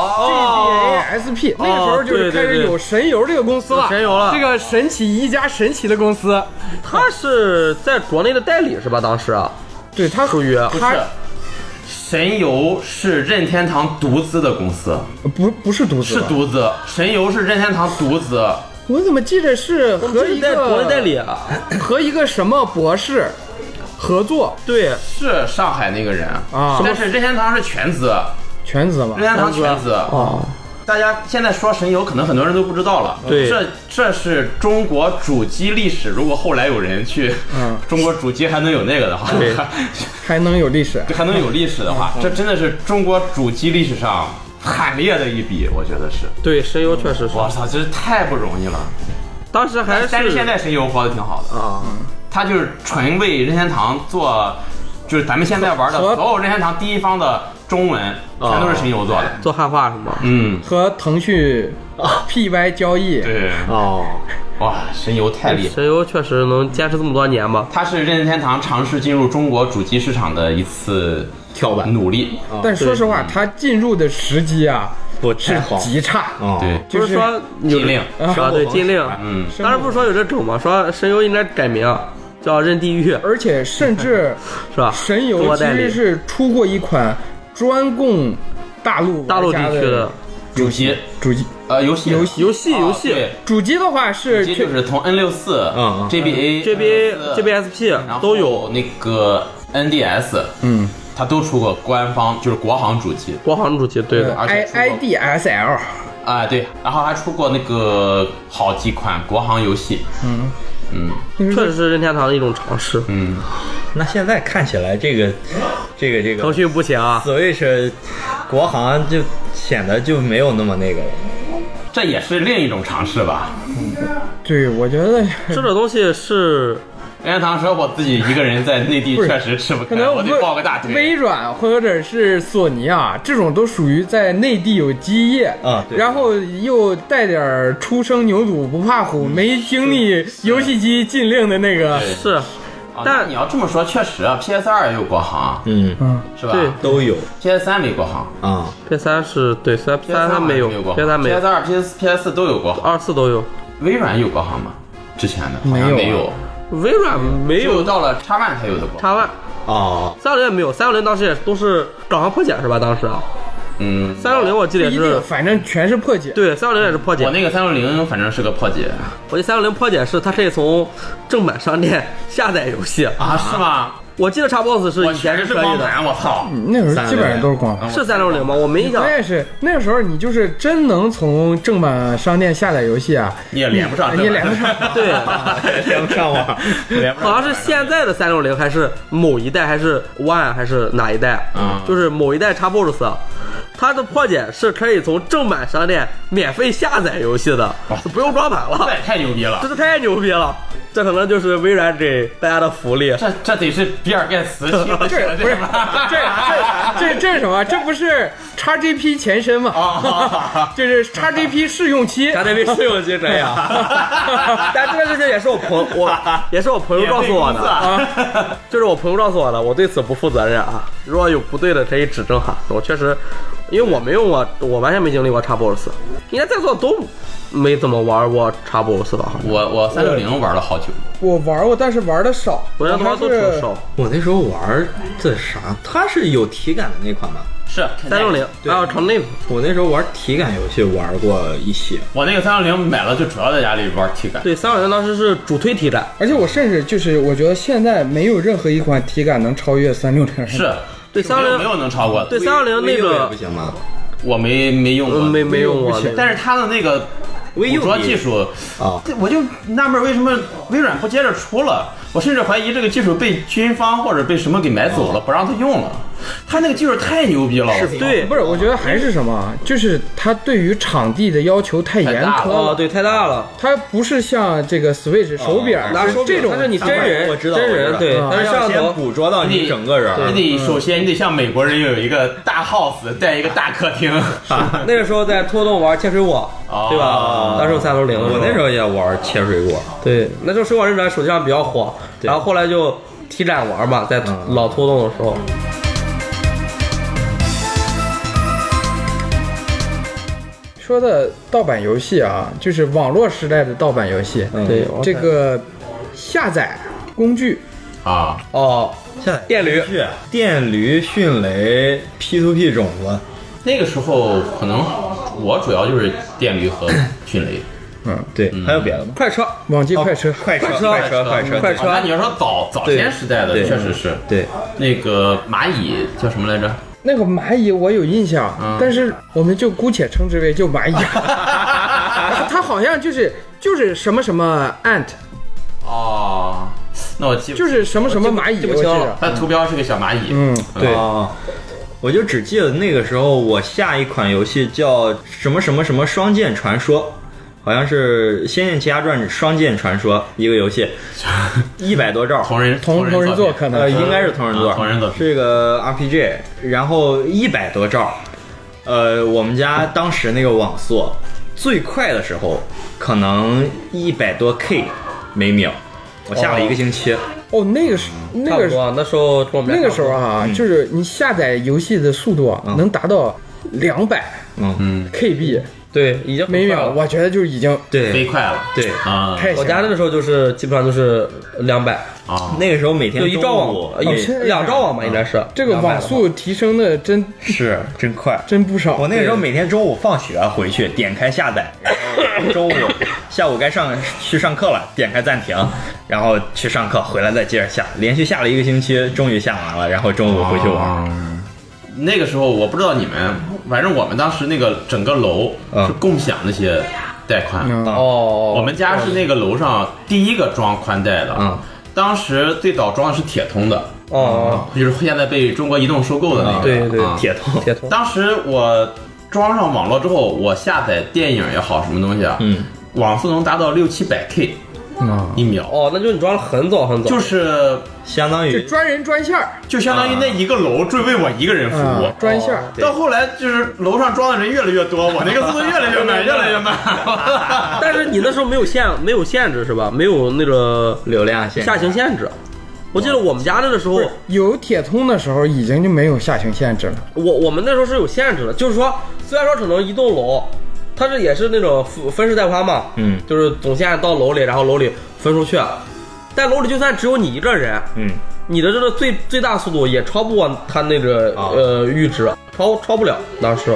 [SPEAKER 1] 哦
[SPEAKER 3] GBA SP，那个时候就是
[SPEAKER 2] 对
[SPEAKER 3] 开始
[SPEAKER 2] 对对
[SPEAKER 3] 有神游这个公司了，
[SPEAKER 2] 神游了
[SPEAKER 3] 这个神奇一家神奇的公司，
[SPEAKER 2] 他是在国内的代理是吧？当时啊，
[SPEAKER 3] 对它
[SPEAKER 2] 属于
[SPEAKER 1] 不
[SPEAKER 3] 它
[SPEAKER 1] 是，神游是任天堂独资的公司，
[SPEAKER 3] 不不是独资
[SPEAKER 1] 是
[SPEAKER 3] 吧，
[SPEAKER 1] 独资，神游是任天堂独资。
[SPEAKER 3] 我怎么记着啊是
[SPEAKER 2] 我们
[SPEAKER 3] 和
[SPEAKER 2] 这
[SPEAKER 3] 一
[SPEAKER 2] 是在国内代
[SPEAKER 3] 个
[SPEAKER 2] 理啊。
[SPEAKER 3] 和一个什么博士合作
[SPEAKER 2] 对，
[SPEAKER 1] 是上海那个人
[SPEAKER 3] 啊
[SPEAKER 1] 但是任天堂是全资，
[SPEAKER 3] 全资嘛
[SPEAKER 1] 任，天堂全资。
[SPEAKER 2] 哦，
[SPEAKER 1] 大家现在说神游，可能很多人都不知道了。
[SPEAKER 2] 对
[SPEAKER 1] 这这是中国主机历史。如果后来有人去，
[SPEAKER 3] 嗯
[SPEAKER 1] 中国主机还能有那个的话，
[SPEAKER 2] 对
[SPEAKER 3] 还能有历史。
[SPEAKER 1] 还能有历史的话，这真的是中国主机历史上惨烈的一笔，我觉得是。
[SPEAKER 2] 对，神游确实是，
[SPEAKER 1] 我操，真是太不容易了。
[SPEAKER 2] 当时还
[SPEAKER 1] 但是现在神游活得挺好的，
[SPEAKER 2] 啊，
[SPEAKER 1] 他就是纯为任天堂做，就是咱们现在玩的
[SPEAKER 3] 和
[SPEAKER 1] 所有任天堂第一方的中文，全都是神游做的。
[SPEAKER 2] 做汉化是吗？
[SPEAKER 1] 嗯，
[SPEAKER 3] 和腾讯 PY 交易，
[SPEAKER 1] 对，
[SPEAKER 2] 哦，
[SPEAKER 1] 哇，神游太厉害了。
[SPEAKER 2] 神游确实能坚持这么多年吧？
[SPEAKER 1] 它是任天堂尝试进入中国主机市场的一次
[SPEAKER 4] 跳板
[SPEAKER 1] 努力。
[SPEAKER 3] 但说实话，它进入的时机啊
[SPEAKER 4] 不太
[SPEAKER 3] 是
[SPEAKER 4] 好
[SPEAKER 3] 极差，
[SPEAKER 4] 啊，
[SPEAKER 1] 对，
[SPEAKER 2] 不
[SPEAKER 3] 就是是
[SPEAKER 2] 说有
[SPEAKER 1] 禁令
[SPEAKER 2] 啊，对，禁令。
[SPEAKER 1] 嗯，
[SPEAKER 2] 当时不是说有这种吗？说神游应该改名啊叫任地狱，
[SPEAKER 3] 而且甚至
[SPEAKER 2] 是吧？
[SPEAKER 3] 神
[SPEAKER 2] 中
[SPEAKER 3] 游
[SPEAKER 2] 国
[SPEAKER 3] 其
[SPEAKER 2] 代
[SPEAKER 3] 实
[SPEAKER 2] 理
[SPEAKER 3] 是出过一款专供大陆
[SPEAKER 2] 大陆地
[SPEAKER 3] 玩家
[SPEAKER 2] 区
[SPEAKER 3] 的
[SPEAKER 2] 的
[SPEAKER 1] 主机
[SPEAKER 3] 主机。
[SPEAKER 1] 呃游戏
[SPEAKER 3] 游戏
[SPEAKER 2] 游戏
[SPEAKER 1] 啊
[SPEAKER 2] 游戏
[SPEAKER 1] 对
[SPEAKER 3] 主机的话是
[SPEAKER 1] 主机就是从 N 六四、
[SPEAKER 4] 嗯嗯
[SPEAKER 1] GBA、
[SPEAKER 2] ，GB
[SPEAKER 1] 呃
[SPEAKER 2] GBSP 都有
[SPEAKER 1] 那个 NDS，
[SPEAKER 3] 嗯，
[SPEAKER 1] 它都出过官方就是国行主机
[SPEAKER 2] 国行主机，对的。
[SPEAKER 1] 而
[SPEAKER 3] I
[SPEAKER 1] 且
[SPEAKER 3] I D S L，
[SPEAKER 1] 啊、对，然后还出过那个好几款国行游戏，
[SPEAKER 3] 嗯
[SPEAKER 1] 嗯
[SPEAKER 2] 确实是任天堂的一种尝试。
[SPEAKER 1] 嗯，
[SPEAKER 4] 那现在看起来这个这个这个
[SPEAKER 2] 腾讯不行啊，
[SPEAKER 4] Switch 国行就显得就没有那么那个了。
[SPEAKER 1] 这也是另一种尝试吧。
[SPEAKER 3] 对，我觉得
[SPEAKER 2] 这种东西是
[SPEAKER 1] 任天堂说我自己一个人在内地
[SPEAKER 3] 不是
[SPEAKER 1] 确实吃不
[SPEAKER 3] 可
[SPEAKER 1] 开，
[SPEAKER 3] 能
[SPEAKER 1] 我得
[SPEAKER 3] 微
[SPEAKER 1] 抱个大腿。
[SPEAKER 3] 微软或者是索尼啊，这种都属于在内地有基业
[SPEAKER 4] 啊对
[SPEAKER 3] 然后又带点儿初生牛犊不怕虎，没经历游戏机禁令的那个，
[SPEAKER 1] 对
[SPEAKER 2] 是，
[SPEAKER 1] 啊
[SPEAKER 2] 但
[SPEAKER 1] 那你要这么说，确实啊，PS 二也有国行，啊
[SPEAKER 4] 嗯，
[SPEAKER 3] 嗯，
[SPEAKER 1] 是吧？
[SPEAKER 2] 对
[SPEAKER 4] 都有
[SPEAKER 1] ，PS 三没国行
[SPEAKER 4] 啊，
[SPEAKER 2] PS 三是对，虽然 PS
[SPEAKER 1] 三
[SPEAKER 2] 三没有
[SPEAKER 1] 有国行
[SPEAKER 2] ，PS 三没有
[SPEAKER 1] ，PS，二、PS、PS 四都有国行。
[SPEAKER 2] 二四都有，
[SPEAKER 1] 微软有国行吗？之前的好像
[SPEAKER 3] 没有啊
[SPEAKER 1] 没有，
[SPEAKER 2] 微软没
[SPEAKER 1] 只有
[SPEAKER 2] 有
[SPEAKER 1] 到了 X One 才有的国行。
[SPEAKER 2] 叉 Y，
[SPEAKER 4] 哦，
[SPEAKER 2] 三六零也没有，三六零当时也都是港行破解是吧？当时啊，
[SPEAKER 1] 嗯，
[SPEAKER 2] 三六零我记得也
[SPEAKER 3] 一定，
[SPEAKER 2] 是，
[SPEAKER 3] 反正全是破解。
[SPEAKER 2] 对，三六零也是破解。
[SPEAKER 1] 我那个三六零反正是个破解
[SPEAKER 2] 我这三六零破解是它可以从正版商店 下载游戏，
[SPEAKER 1] 啊，是吗？
[SPEAKER 2] 我记得 Xbox 是
[SPEAKER 1] 我
[SPEAKER 2] 以
[SPEAKER 1] 全
[SPEAKER 2] 前是
[SPEAKER 1] 是
[SPEAKER 2] 可以
[SPEAKER 1] 光啊
[SPEAKER 2] 的，
[SPEAKER 1] 盘，我操！
[SPEAKER 3] 那会儿基本上都是光盘。
[SPEAKER 2] 是三六零吗？我没印象
[SPEAKER 3] 我。也是，那个时候你就是真能从正版商店下载游戏啊，
[SPEAKER 1] 你也连不
[SPEAKER 2] 嗯
[SPEAKER 1] 上，
[SPEAKER 3] 你也连不上
[SPEAKER 2] 对，
[SPEAKER 4] 连不上网，
[SPEAKER 1] 连不上。
[SPEAKER 2] 好像是现在的三六零还是某一代还是 One 还是哪一代？
[SPEAKER 1] 嗯
[SPEAKER 2] 就是某一代 Xbox，它的破解是可以从正版商店免费下载游戏的，不用装盘
[SPEAKER 1] 这
[SPEAKER 2] 了，
[SPEAKER 1] 也太牛逼了
[SPEAKER 2] 这！是太牛逼了！这可能就是微软给大家的福利。
[SPEAKER 1] 这这得是比尔盖茨去了，
[SPEAKER 3] 这不是这这这是什么？这不是 XGP 前身吗
[SPEAKER 1] 啊？
[SPEAKER 3] 这是 XGP 试用 期。
[SPEAKER 2] 咱那位室友就这样， 但这个事情也是我朋 我也是我朋友告诉我的，
[SPEAKER 1] 的。
[SPEAKER 2] 就是我朋友告诉我的，我对此不负责任啊。如果有不对的，可以指正哈。我确实，因为我没用过，我完全没经历过 Xbox，应该在座都没怎么玩过 Xbox 吧？好 像
[SPEAKER 1] 我我三六零玩了好久，
[SPEAKER 3] 我玩过，但是玩的少，
[SPEAKER 2] 我觉得他妈
[SPEAKER 3] 还
[SPEAKER 2] 都
[SPEAKER 3] 是
[SPEAKER 2] 挺少。
[SPEAKER 4] 我那时候玩儿这啥，它是有体感的那款吧？
[SPEAKER 1] 是
[SPEAKER 2] 三六零，啊还有城内
[SPEAKER 4] 我那时候玩体感游戏玩过一些，
[SPEAKER 1] 我那个三六零买了，就主要在家里玩体感。
[SPEAKER 2] 对三六零当时是主推体感，
[SPEAKER 3] 而且我甚至就是，我觉得现在没有任何一款体感能超越三六零。
[SPEAKER 1] 是，
[SPEAKER 2] 对
[SPEAKER 1] 没有
[SPEAKER 2] 360
[SPEAKER 1] 没有能超过的，
[SPEAKER 2] 对三六零那
[SPEAKER 4] Wii U 也
[SPEAKER 2] 个
[SPEAKER 4] 不行吗？
[SPEAKER 1] 我没没用
[SPEAKER 2] 呃
[SPEAKER 1] 过，
[SPEAKER 2] 没没用
[SPEAKER 3] 不
[SPEAKER 2] 过，
[SPEAKER 3] 行
[SPEAKER 1] 但是它的那个
[SPEAKER 4] 微
[SPEAKER 1] 捕
[SPEAKER 4] 用
[SPEAKER 1] 捉技术
[SPEAKER 4] 啊，
[SPEAKER 1] 这我就纳闷为什么微软不接着出了，我甚至怀疑这个技术被军方或者被什么给买
[SPEAKER 2] 啊
[SPEAKER 1] 走了，不让他用了。他那个技术太牛逼了，
[SPEAKER 4] 视频
[SPEAKER 2] 对
[SPEAKER 3] 不是，我觉得还是什么，啊就是它对于场地的要求太严
[SPEAKER 1] 太大
[SPEAKER 3] 苛
[SPEAKER 1] 了
[SPEAKER 2] 哦，对，太大了。
[SPEAKER 3] 它不是像这个 Switch 手柄
[SPEAKER 4] 哦，
[SPEAKER 2] 拿手柄
[SPEAKER 3] 这种
[SPEAKER 2] 它是你真人
[SPEAKER 4] 啊我知道，
[SPEAKER 2] 真人
[SPEAKER 4] 我知道
[SPEAKER 2] 对
[SPEAKER 4] 嗯
[SPEAKER 2] 但是
[SPEAKER 4] 要
[SPEAKER 2] 摄像头
[SPEAKER 4] 先捕捉到你整个人儿，嗯
[SPEAKER 1] 你得首先你得像美国人有一个大 house，带一个大客 厅，
[SPEAKER 4] 啊
[SPEAKER 2] 那个时候在拖动玩切水果，
[SPEAKER 1] 哦
[SPEAKER 2] 对吧？那时候三六零，
[SPEAKER 4] 我那时候也玩切水果，
[SPEAKER 2] 对，那时候水果日本手机上比较火，
[SPEAKER 4] 对
[SPEAKER 2] 然后后来就体展玩嘛，在
[SPEAKER 4] 嗯
[SPEAKER 2] 老拖动的时候。
[SPEAKER 3] 说的盗版游戏啊，就是网络时代的盗版游戏，
[SPEAKER 4] 嗯
[SPEAKER 2] 对，
[SPEAKER 3] 这个下载工具
[SPEAKER 1] 啊，
[SPEAKER 2] 哦，
[SPEAKER 4] 现在
[SPEAKER 2] 电驴
[SPEAKER 4] 去电驴、迅雷、P to P 种子，
[SPEAKER 1] 那个时候可能我主要就是电驴 和迅雷。
[SPEAKER 4] 对，还有别的吗？
[SPEAKER 2] 快车，
[SPEAKER 3] 网际快车，
[SPEAKER 2] 哦
[SPEAKER 4] 快车、
[SPEAKER 2] 车
[SPEAKER 4] 嗯快车、嗯快车、
[SPEAKER 2] 快车
[SPEAKER 1] 啊那你要说早早先时代的，
[SPEAKER 4] 对
[SPEAKER 1] 确实是
[SPEAKER 4] 对，
[SPEAKER 1] 那个蚂蚁叫什么来着？
[SPEAKER 3] 那个蚂蚁我有印象，
[SPEAKER 1] 嗯
[SPEAKER 3] 但是我们就姑且称之为就 蚂蚁，它好像就是就是什么什么 ant，
[SPEAKER 1] 哦，那我记不
[SPEAKER 3] 就是什么什么蚂蚁，
[SPEAKER 2] 记不
[SPEAKER 3] 我记
[SPEAKER 2] 清了
[SPEAKER 3] 得，
[SPEAKER 1] 它图标是个小蚂蚁。
[SPEAKER 3] 嗯，
[SPEAKER 4] 对。我就只记得那个时候，我下一款游戏叫什么什么什么《双剑传说》，好像是《仙剑奇侠传》《双剑传说》一个游 戏，一百多兆，
[SPEAKER 1] 同人
[SPEAKER 3] 同同
[SPEAKER 1] 人
[SPEAKER 3] 人
[SPEAKER 1] 作
[SPEAKER 3] 座
[SPEAKER 1] 品
[SPEAKER 3] 可
[SPEAKER 4] 呃，
[SPEAKER 3] 能
[SPEAKER 4] 应该是同人座，
[SPEAKER 1] 啊同人座
[SPEAKER 4] 是个 RPG，然后一百多兆，呃，我们家当时那个网速最快的时候可能一百多 K 每秒，我下了一个星期，
[SPEAKER 3] 哦，那个是那
[SPEAKER 2] 差不
[SPEAKER 3] 个是
[SPEAKER 2] 多，那嗯时候跟我们
[SPEAKER 3] 那个时候啊，就是你下载游戏的速度啊，
[SPEAKER 4] 嗯
[SPEAKER 3] 能达到两百
[SPEAKER 4] 嗯，
[SPEAKER 1] 嗯，
[SPEAKER 3] KB
[SPEAKER 2] 对已经很
[SPEAKER 3] 每
[SPEAKER 2] 快
[SPEAKER 3] 秒，
[SPEAKER 2] 了。
[SPEAKER 3] 我觉得就已经
[SPEAKER 1] 飞
[SPEAKER 4] 对
[SPEAKER 1] 快了。
[SPEAKER 4] 对。
[SPEAKER 1] 啊
[SPEAKER 3] 太
[SPEAKER 2] 嗯我
[SPEAKER 3] 强
[SPEAKER 2] 家那
[SPEAKER 3] 了。
[SPEAKER 2] 个时候就是基本上就是两百，
[SPEAKER 1] 啊，
[SPEAKER 4] 那个时候每天
[SPEAKER 2] 就一兆
[SPEAKER 4] 中午哦
[SPEAKER 2] 网，哦
[SPEAKER 4] 也
[SPEAKER 2] 一
[SPEAKER 3] 现在
[SPEAKER 2] 两兆网吧应该是。
[SPEAKER 3] 这个网速提升的真
[SPEAKER 4] 是真快，
[SPEAKER 3] 真不少。
[SPEAKER 4] 我那个时候每天中午放学回去点开下载，然后中午下午该上去上课了，点开暂停，然后去上课，回来再接着下，连续下了一个星期，终于下完了，然后中午回去玩。
[SPEAKER 1] 啊那个时候我不知道你们，反正我们当时那个整个楼
[SPEAKER 4] 嗯
[SPEAKER 1] 是共享那些带宽。
[SPEAKER 3] 啊嗯
[SPEAKER 2] 哦，
[SPEAKER 1] 我们家是那个楼上第一个装宽带的。
[SPEAKER 4] 嗯
[SPEAKER 1] 当时最早装的是铁通的，
[SPEAKER 3] 嗯
[SPEAKER 2] 哦，
[SPEAKER 1] 就是现在被中国移动收购的那个。
[SPEAKER 2] 对对
[SPEAKER 1] 啊
[SPEAKER 4] 铁通，
[SPEAKER 2] 铁通
[SPEAKER 1] 当时我装上网络之后，我下载电影也好，什么东西啊，
[SPEAKER 4] 嗯，
[SPEAKER 1] 网速能达到六七百 K
[SPEAKER 3] 啊，
[SPEAKER 1] 一秒，
[SPEAKER 2] 哦，那就你装了很早很早，哦
[SPEAKER 1] 就是
[SPEAKER 4] 相当
[SPEAKER 3] 就
[SPEAKER 4] 于
[SPEAKER 3] 专人专线儿，
[SPEAKER 1] 就相当于那一个楼专为我一个人服务
[SPEAKER 3] 啊，。专线儿
[SPEAKER 2] 哦。
[SPEAKER 1] 到后来就是楼上装的人越来越多，我那个速度越来越慢，越来 越慢。
[SPEAKER 2] 但是你那时候没有限没有限制是吧？没有那个
[SPEAKER 4] 流量线
[SPEAKER 2] 下行限制。我记得我们家那个时候，
[SPEAKER 3] 有铁通的时候，已经就没有下行限制了。
[SPEAKER 2] 我我们那时候是有限制的，就是说，虽然说只能一栋楼，它是也是那种分分时带宽嘛，
[SPEAKER 4] 嗯
[SPEAKER 2] 就是总线到楼里，然后楼里分出去，但楼里就算只有你一个人，
[SPEAKER 4] 嗯，
[SPEAKER 2] 你的这个最最大速度也超不过它那个、
[SPEAKER 4] 啊
[SPEAKER 2] 呃阈值，超超不了当时，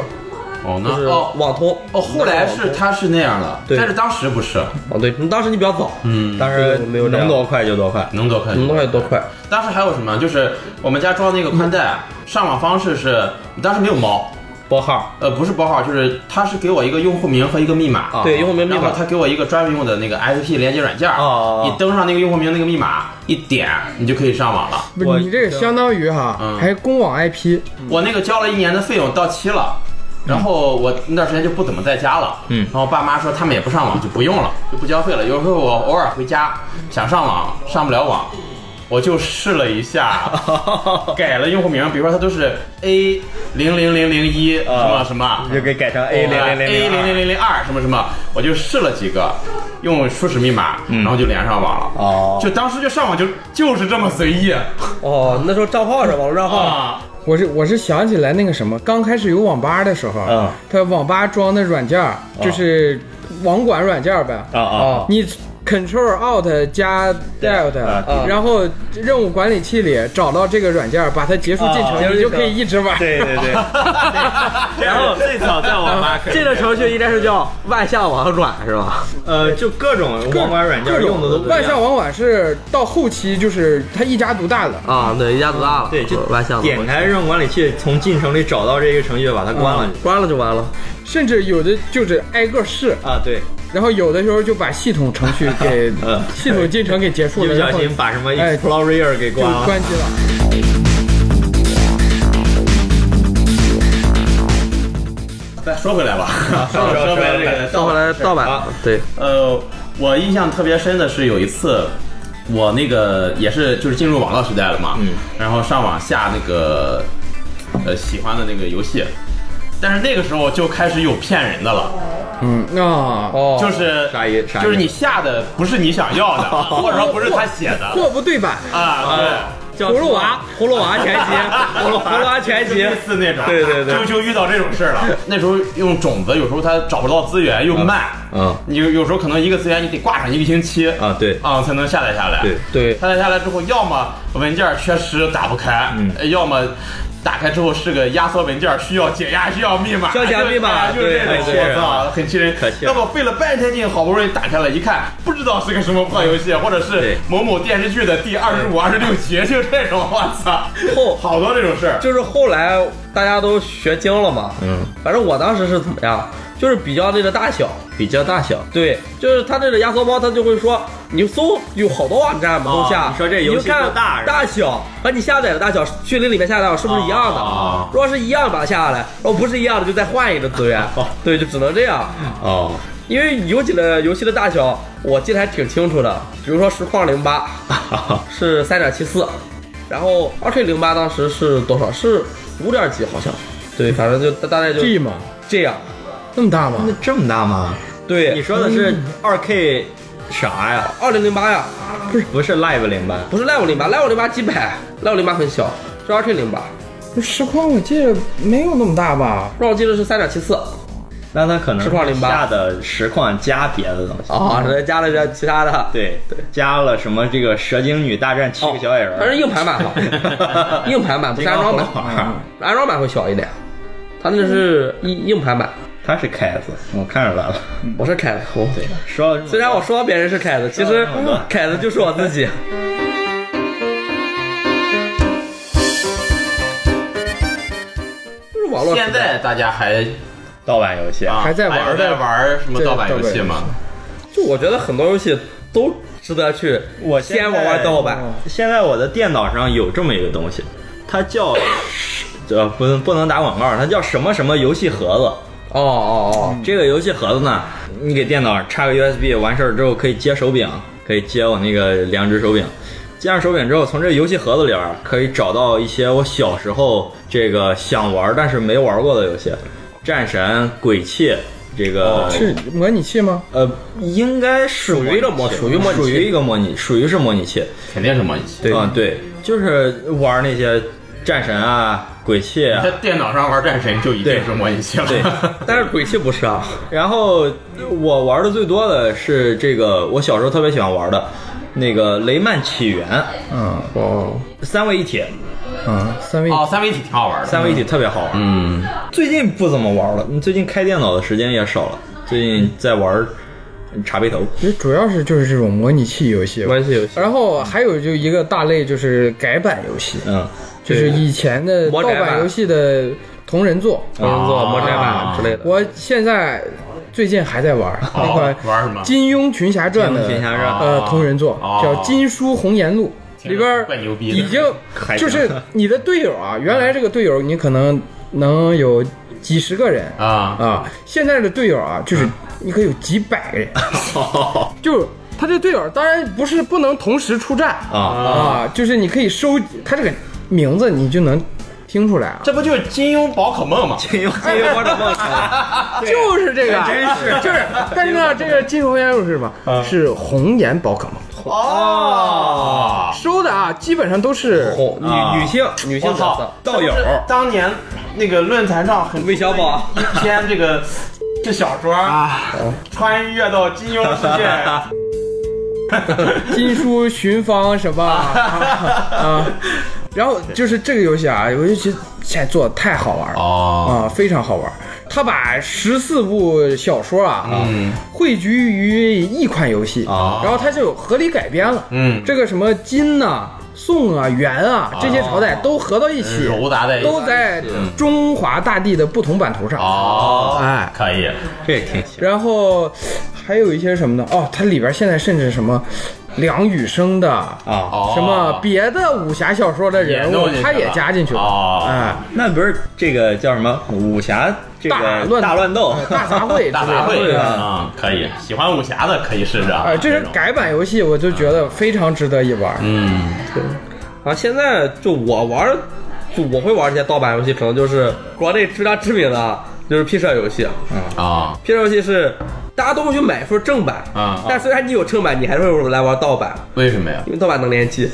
[SPEAKER 1] 哦，那
[SPEAKER 2] 就是
[SPEAKER 1] 哦
[SPEAKER 2] 网通
[SPEAKER 1] 哦，后来是他是那样的，
[SPEAKER 2] 对
[SPEAKER 1] 但是当时不是，
[SPEAKER 2] 啊，对你当时你比较早，
[SPEAKER 1] 嗯，
[SPEAKER 4] 当时
[SPEAKER 2] 没有这样
[SPEAKER 4] 能多快就多快。
[SPEAKER 1] 能多快
[SPEAKER 2] 能多快有多快，
[SPEAKER 1] 当时还有什么？就是我们家装那个宽带，上网方式是，当时没有猫，
[SPEAKER 4] 拨号
[SPEAKER 1] 呃，不是拨号，就是他是给我一个用户名和一个密码，
[SPEAKER 4] 啊
[SPEAKER 2] 对，用户名密
[SPEAKER 1] 然
[SPEAKER 2] 码
[SPEAKER 1] 后他给我一个专门用的那个 SP 连接软件，
[SPEAKER 4] 哦
[SPEAKER 1] 你登上那个用户名那个密码，一点你就可以上网了。
[SPEAKER 3] 不
[SPEAKER 4] 我
[SPEAKER 3] 是你这个相当于哈
[SPEAKER 1] 嗯，
[SPEAKER 3] 还公网 IP，
[SPEAKER 4] 嗯
[SPEAKER 1] 我那个交了一年的费用到期了。然后我那段时间就不怎么在家了，
[SPEAKER 4] 嗯
[SPEAKER 1] 然后爸妈说他们也不上网，就不用了，就不交费了。有时候我偶尔回家想上网，上不了网，我就试了一 下，改了用户名，比如说它都是 A 零零零零一什么什么，
[SPEAKER 4] 就给改成 A 哎
[SPEAKER 1] A
[SPEAKER 4] 零零零
[SPEAKER 1] 零哎零
[SPEAKER 4] 零
[SPEAKER 1] 零零二什么什么，我就试了几个，用初始密码，然后就连上网了。
[SPEAKER 4] 嗯哦啊
[SPEAKER 1] 就当时就上网就就是这么随意
[SPEAKER 2] 哦，那时候账号是吧网络账号，
[SPEAKER 1] 啊，
[SPEAKER 3] 我是我是想起来那个什么，刚开始有网吧的时候，啊
[SPEAKER 4] 嗯
[SPEAKER 3] 它网吧装的软件儿就是网管软件儿呗，哦
[SPEAKER 4] 啊啊
[SPEAKER 3] 你 Control Alt 加 Delt，、
[SPEAKER 4] 啊
[SPEAKER 2] 啊
[SPEAKER 3] 然后任务管理器里找到这个软件儿，把它结束进程，
[SPEAKER 2] 啊
[SPEAKER 3] 你就可以一直玩。
[SPEAKER 4] 对对对。 然后最早在网吧可以
[SPEAKER 2] 这个程序应该是叫万象网软是吧？
[SPEAKER 4] 呃，就各种网管软件用的都不一样
[SPEAKER 3] 万象网管是到后期就是它一家独大了，
[SPEAKER 2] 啊，对，一家独大了，
[SPEAKER 4] 对，就
[SPEAKER 2] 万象网
[SPEAKER 4] 点开任务管理器，从进程里找到这个程序，把它关了。
[SPEAKER 2] 关了就完了，
[SPEAKER 3] 甚至有的就是挨个试，
[SPEAKER 4] 啊，对，
[SPEAKER 3] 然后有的时候就把系统程序给、
[SPEAKER 4] 嗯
[SPEAKER 3] 系统进程给结束
[SPEAKER 4] 一
[SPEAKER 3] 了，
[SPEAKER 4] 不
[SPEAKER 3] 然
[SPEAKER 4] 小
[SPEAKER 3] 后
[SPEAKER 4] 心把什么
[SPEAKER 3] 哎
[SPEAKER 4] Explorer 给
[SPEAKER 3] 就
[SPEAKER 4] 关了。
[SPEAKER 3] 关机了。
[SPEAKER 1] 再说回来吧，
[SPEAKER 4] 说回来
[SPEAKER 1] 说回来这个
[SPEAKER 2] 到后来盗版
[SPEAKER 4] 啊
[SPEAKER 2] 对，
[SPEAKER 1] 呃，我印象特别深的是有一次，我那个也是就是进入网络时代了嘛，
[SPEAKER 4] 嗯，
[SPEAKER 1] 然后上网下那个呃喜欢的那个游戏，但是那个时候就开始有骗人的了，
[SPEAKER 3] 嗯啊，
[SPEAKER 2] 哦
[SPEAKER 1] 就是
[SPEAKER 4] 啥意啥意
[SPEAKER 1] 就是你下的不是你想要的， 或者说不是他写的
[SPEAKER 3] 货不对版，
[SPEAKER 1] 啊，对。
[SPEAKER 2] 叫
[SPEAKER 3] 葫芦娃，
[SPEAKER 2] 葫芦娃全 集，
[SPEAKER 1] 啊
[SPEAKER 2] 葫芦葫芦娃全集
[SPEAKER 1] 类，似那种，
[SPEAKER 2] 对对对
[SPEAKER 1] 就就遇到这种事儿了。 那时候用种子，有时候它找不到资源又慢，
[SPEAKER 4] 嗯
[SPEAKER 1] 你有有时候可能一个资源你得挂上一个星期
[SPEAKER 4] 啊，对
[SPEAKER 1] 啊才能下载下来，
[SPEAKER 4] 对
[SPEAKER 2] 对，
[SPEAKER 1] 下载下来之后，要么文件缺失打不开，
[SPEAKER 4] 嗯
[SPEAKER 1] 要么打开之后是个压缩文件，需要解压，需要密码，
[SPEAKER 2] 需要解压密 码
[SPEAKER 1] 就是这种，
[SPEAKER 4] 对很气人
[SPEAKER 1] 我操，很气人。
[SPEAKER 4] 可气了
[SPEAKER 1] 要么费了半天劲，好不容易打开了，一看不知道是个什么破游戏，或者是
[SPEAKER 4] 对
[SPEAKER 1] 某某电视剧的第二十五、二十六集，就这种，我操，
[SPEAKER 2] 后
[SPEAKER 1] 好多这种事儿。
[SPEAKER 2] 就是后来大家都学精了嘛，
[SPEAKER 4] 嗯，
[SPEAKER 2] 反正我当时是怎么样，就是比较这个大小，
[SPEAKER 4] 比较大小。
[SPEAKER 2] 对，就是它这个压缩包，它就会说，你搜有好多网站嘛，
[SPEAKER 4] 哦
[SPEAKER 2] 都下，
[SPEAKER 4] 你说这
[SPEAKER 2] 你
[SPEAKER 4] 游戏
[SPEAKER 2] 就看
[SPEAKER 4] 多大是吧
[SPEAKER 2] 大小和你下载的大小，距离里面下载的大小是不是一样的？
[SPEAKER 4] 哦
[SPEAKER 2] 如果是一样，把它下下来；如果不是一样的，就再换一个资源。
[SPEAKER 4] 哦
[SPEAKER 2] 对，就只能这样，
[SPEAKER 4] 哦，
[SPEAKER 2] 因为有几个游戏的大小，我记得还挺清楚的，比如说实况零 八是三点七四，然后二 K 零八当时是多少？是五点几好像。对，反正就大大概就
[SPEAKER 3] G 嘛，
[SPEAKER 2] 这样。啊
[SPEAKER 3] 那么大吗？
[SPEAKER 4] 这么大吗？
[SPEAKER 2] 对，
[SPEAKER 4] 你说的是二 K 啥呀？
[SPEAKER 2] 二零零八呀，
[SPEAKER 4] 不是 Live 零八，
[SPEAKER 2] 不是 Live 零八，Live 零八几百，Live 零八很小，是二 K 零八，
[SPEAKER 3] 不是实况我记得没有那么大吧？
[SPEAKER 2] 让我记得是三点七四
[SPEAKER 4] 那它可能
[SPEAKER 2] 实况零八
[SPEAKER 4] 下的实况加别的东西。
[SPEAKER 2] 啊，再加了点其他的，
[SPEAKER 4] 哦对对，加了什么这个蛇精女大战七
[SPEAKER 2] 哦，
[SPEAKER 4] 个小矮人儿，
[SPEAKER 2] 反正硬盘版 好，硬盘版不是安装版，
[SPEAKER 4] 版，
[SPEAKER 2] 安装版会小一点，它那个是
[SPEAKER 4] 嗯
[SPEAKER 2] 硬硬盘版，
[SPEAKER 4] 他是凯子，我看出来了。
[SPEAKER 2] 我是凯子，我
[SPEAKER 4] 说了这么多
[SPEAKER 2] 嗯虽然我说别人是凯
[SPEAKER 4] 嗯
[SPEAKER 2] 子，其实凯子就是我自己。就是网络时代
[SPEAKER 1] 现在大家还
[SPEAKER 4] 盗版游戏
[SPEAKER 1] 啊
[SPEAKER 3] 还在玩
[SPEAKER 1] 还在玩什么盗版游戏吗？
[SPEAKER 2] 就我觉得很多游戏都值得去
[SPEAKER 4] 我现在嗯
[SPEAKER 2] 先玩玩盗版。
[SPEAKER 4] 现在我的电脑上有这么一个东西，它叫呃不能不能打广告，它叫什么什么游戏盒子。
[SPEAKER 2] 哦哦哦，
[SPEAKER 4] 这个游戏盒子呢，你给电脑插个 USB，完事儿之后可以接手柄，可以接我那个两只手柄。接上手柄之后，从这游戏盒子里边儿可以找到一些我小时候这个想玩但是没玩过的游戏，战神、鬼泣，这个、
[SPEAKER 3] 是模拟器吗？
[SPEAKER 4] 呃，应该是
[SPEAKER 2] 哦属于一个模
[SPEAKER 4] 属
[SPEAKER 2] 属于模拟器
[SPEAKER 4] 属于一个模拟，属于是模拟器。
[SPEAKER 1] 肯定是模拟器。
[SPEAKER 4] 啊、对，就是玩那些战神啊、鬼泣啊
[SPEAKER 3] 嗯
[SPEAKER 1] 在。电脑上玩战神就一定是模拟器了。
[SPEAKER 4] 对，
[SPEAKER 2] 但是鬼泣不是啊，
[SPEAKER 4] 然后我玩的最多的是这个，我小时候特别喜欢玩的，那个雷曼起源，
[SPEAKER 2] 嗯哦，
[SPEAKER 4] 三位一体，
[SPEAKER 3] 啊三位
[SPEAKER 1] 哦，三位一体挺好玩的。
[SPEAKER 4] 三位一体特别好玩。
[SPEAKER 1] 嗯，
[SPEAKER 4] 最近不怎么玩了，最近开电脑的时间也少了，最近在玩茶杯头。
[SPEAKER 3] 其实主要是就是这种模拟器游戏吧，
[SPEAKER 2] 关系游戏，
[SPEAKER 3] 然后还有就一个大类就是改版游戏，
[SPEAKER 4] 嗯，
[SPEAKER 3] 就是以前的盗
[SPEAKER 2] 魔改版哦
[SPEAKER 3] 版游戏的同人作。
[SPEAKER 2] 工作魔改版之类的。
[SPEAKER 3] 我现在最近还在玩那款
[SPEAKER 1] 玩儿什么
[SPEAKER 3] 《金庸群侠传》的
[SPEAKER 4] 金庸群侠传
[SPEAKER 3] 呃
[SPEAKER 1] 哦
[SPEAKER 3] 同人作，
[SPEAKER 1] 哦
[SPEAKER 3] 叫《金书红颜录》，
[SPEAKER 1] 听着
[SPEAKER 3] 里边儿
[SPEAKER 1] 怪牛逼的
[SPEAKER 3] 已经
[SPEAKER 4] 还行
[SPEAKER 3] 就是 你的队友啊，原来这个队友你可能能有几十个人
[SPEAKER 1] 啊，
[SPEAKER 3] 啊，现在的队友啊，就是你可以有几百个人，就是他这队友当然不是不能同时出战
[SPEAKER 4] 啊，
[SPEAKER 3] 啊，就是你可以收集他这个名字，你就能听出来啊，
[SPEAKER 1] 这不就是金庸宝可梦吗？
[SPEAKER 4] 金庸金庸我的梦想，
[SPEAKER 3] 就是这个，啊
[SPEAKER 4] 真是
[SPEAKER 3] 就是。但是呢，这个金红烟又是什么？是红颜宝可梦
[SPEAKER 1] 哦，
[SPEAKER 3] 收的啊，基本上都是
[SPEAKER 2] 红
[SPEAKER 4] 啊
[SPEAKER 2] 女女性女性
[SPEAKER 1] 我
[SPEAKER 2] 角
[SPEAKER 1] 操
[SPEAKER 2] 色，，
[SPEAKER 4] 道友
[SPEAKER 1] 这不是当年那个论坛上很
[SPEAKER 2] 魏小宝
[SPEAKER 1] 一篇这 个这小说啊，穿越到金庸世 界，
[SPEAKER 3] 金书寻芳什 么啊啊。然后就是这个游戏啊，我就觉得现在做的太好玩了
[SPEAKER 1] 哦
[SPEAKER 3] 啊，非常好玩。他把十四部小说啊，
[SPEAKER 1] 嗯哦
[SPEAKER 3] 汇聚于一款游戏，
[SPEAKER 4] 啊
[SPEAKER 3] 然后它就合理改编了。
[SPEAKER 1] 嗯，哦
[SPEAKER 3] 这个什么金呐、宋啊、元啊这些朝代都合到一起，
[SPEAKER 1] 揉杂在一起
[SPEAKER 3] 都在中华大地的不同版图上。
[SPEAKER 1] 哦，
[SPEAKER 3] 哎，
[SPEAKER 1] 可以，
[SPEAKER 4] 这也挺行。
[SPEAKER 3] 然后还有一些什么呢？哦，它里边现在甚至什么梁羽生的啊，
[SPEAKER 4] 啊，
[SPEAKER 1] 哦
[SPEAKER 3] 什么别的武侠小说的人
[SPEAKER 1] 也弄
[SPEAKER 3] 物
[SPEAKER 1] 进去，了
[SPEAKER 3] 他也加进去
[SPEAKER 1] 哦
[SPEAKER 3] 了。哎，
[SPEAKER 4] 啊那不是这个叫什么武侠这
[SPEAKER 3] 大
[SPEAKER 4] 个
[SPEAKER 3] 乱
[SPEAKER 4] 大乱斗
[SPEAKER 3] 哎大杂 烩之类 的，
[SPEAKER 1] 大杂
[SPEAKER 4] 对
[SPEAKER 1] 烩
[SPEAKER 4] 啊
[SPEAKER 1] 啊，可以，喜欢武侠的可以试试啊
[SPEAKER 3] 哎，这是
[SPEAKER 1] 种
[SPEAKER 3] 改版游戏，我就觉得非常值得一玩。
[SPEAKER 1] 嗯，
[SPEAKER 2] 啊，现在就我玩儿，就我会玩儿这些盗版游戏，可能就是国内知家知名的就是 P 社游戏。
[SPEAKER 1] 啊
[SPEAKER 2] P 社游戏是大家都会去买一份正版
[SPEAKER 1] 啊
[SPEAKER 2] 但虽然你有正版，你还是会来玩盗版，
[SPEAKER 1] 为什么呀？
[SPEAKER 2] 因为盗版能联机，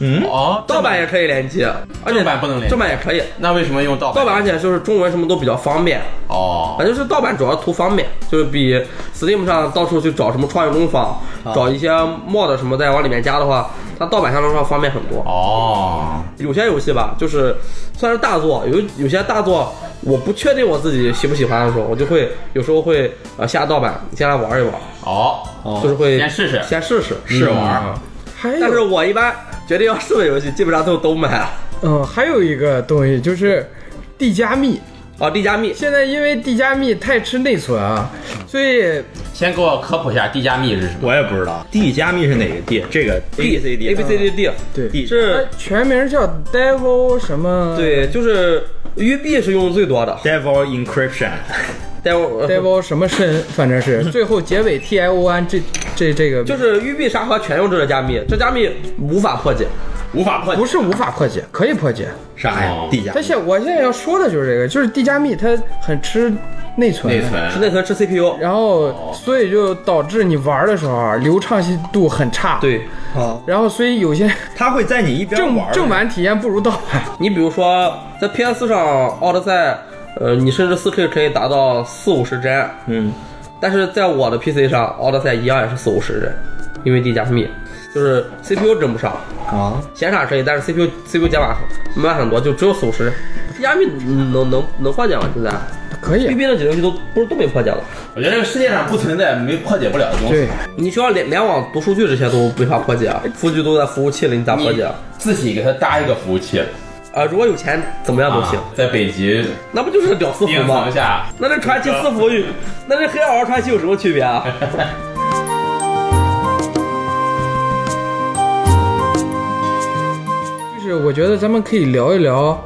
[SPEAKER 4] 嗯，
[SPEAKER 1] 哦，
[SPEAKER 2] 盗版也可以联机，啊而且
[SPEAKER 1] 正版不能联机
[SPEAKER 2] 正版也可以。
[SPEAKER 1] 那为什么用盗
[SPEAKER 2] 盗
[SPEAKER 1] 版？
[SPEAKER 2] 版而且就是中文什么都比较方便，
[SPEAKER 1] 哦
[SPEAKER 2] 反正就是盗版主要图方便，就是比 Steam 上到处去找什么创意工坊，
[SPEAKER 1] 啊
[SPEAKER 2] 找一些 mod 什么再往里面加的话，它盗版相对上方便很多。
[SPEAKER 1] 哦，
[SPEAKER 2] 有些游戏吧，就是算是大作，有有些大作我不确定我自己喜不喜欢的时候，我就会有时候会呃下盗版，先来玩一玩，
[SPEAKER 1] 哦，
[SPEAKER 2] 就是会
[SPEAKER 1] 先试试
[SPEAKER 2] 先试试嗯
[SPEAKER 1] 试玩。
[SPEAKER 3] 还
[SPEAKER 2] 但是
[SPEAKER 3] 有，
[SPEAKER 2] 我一般决定要试的游戏，基本上都都买了。
[SPEAKER 3] 嗯，还有一个东西就是地加密。
[SPEAKER 2] 啊，地加密
[SPEAKER 3] 现在因为地加密太吃内存啊，
[SPEAKER 1] 嗯
[SPEAKER 3] 所以
[SPEAKER 1] 先给我科普一下地加密是什么？
[SPEAKER 4] 我也不知道 D 加密是哪个 D，这个 A B C D
[SPEAKER 2] A B C D
[SPEAKER 1] 嗯
[SPEAKER 2] D
[SPEAKER 3] 对，
[SPEAKER 4] D
[SPEAKER 3] 它
[SPEAKER 2] 是，
[SPEAKER 3] 全名叫 Devil 什么？
[SPEAKER 2] 对，就是育碧是用的最多的。
[SPEAKER 4] Devil Encryption，
[SPEAKER 2] 待会儿呃
[SPEAKER 3] ，Devil 什么身，反 正是最后结尾 T I O N 这这这个
[SPEAKER 2] 就是育碧沙盒全用这个加密，这加密无法破解。
[SPEAKER 1] 无法破解
[SPEAKER 3] 不是无法破解，可以破解。
[SPEAKER 4] 啥呀
[SPEAKER 1] 哦
[SPEAKER 4] ？D 加
[SPEAKER 3] 但现我现在要说的就是这个，就是地加密它很吃内存，
[SPEAKER 1] 内。存
[SPEAKER 2] 是内存吃 CPU，
[SPEAKER 3] 然后，所以就导致你玩的时候啊流畅性度很差。，
[SPEAKER 2] 对
[SPEAKER 4] 啊，
[SPEAKER 3] 然后所以有些
[SPEAKER 4] 它会在你一边
[SPEAKER 3] 正
[SPEAKER 4] 玩儿
[SPEAKER 3] 正版体验不如盗版。
[SPEAKER 2] 你比如说在 PS 上《奥德赛》，呃，你甚至四 K 可以达到四五十帧，
[SPEAKER 4] 嗯，
[SPEAKER 2] 但是在我的 PC 上，《奥德赛》一样也是四五十帧，因为地加密，就是 CPU 跟不上，
[SPEAKER 4] 啊，
[SPEAKER 2] 显卡可以，但是 CPU CPU 解码慢很多，就只有四五十帧。地加密能能能破解吗？现在
[SPEAKER 3] 可以啊
[SPEAKER 2] 育，碧那几个游戏都不是都没破解了，
[SPEAKER 1] 我觉得这个世界上不存在没破解不了的东西。
[SPEAKER 3] 对，
[SPEAKER 2] 你需要联联网读数据这些都没法破解，啊
[SPEAKER 1] 呃
[SPEAKER 2] 数据都在服务器里，你咋破解？
[SPEAKER 1] 你
[SPEAKER 2] 啊、
[SPEAKER 1] 自己给它搭一个服务器，
[SPEAKER 2] 如果有钱怎么样都行，
[SPEAKER 1] 啊在北极
[SPEAKER 2] 那不就是屌丝服
[SPEAKER 1] 冰
[SPEAKER 2] 吗
[SPEAKER 1] 层？下，
[SPEAKER 2] 那这传奇四服与 那这黑暗王传奇有什么区 别啊？
[SPEAKER 3] 就是我觉得咱们可以聊一聊，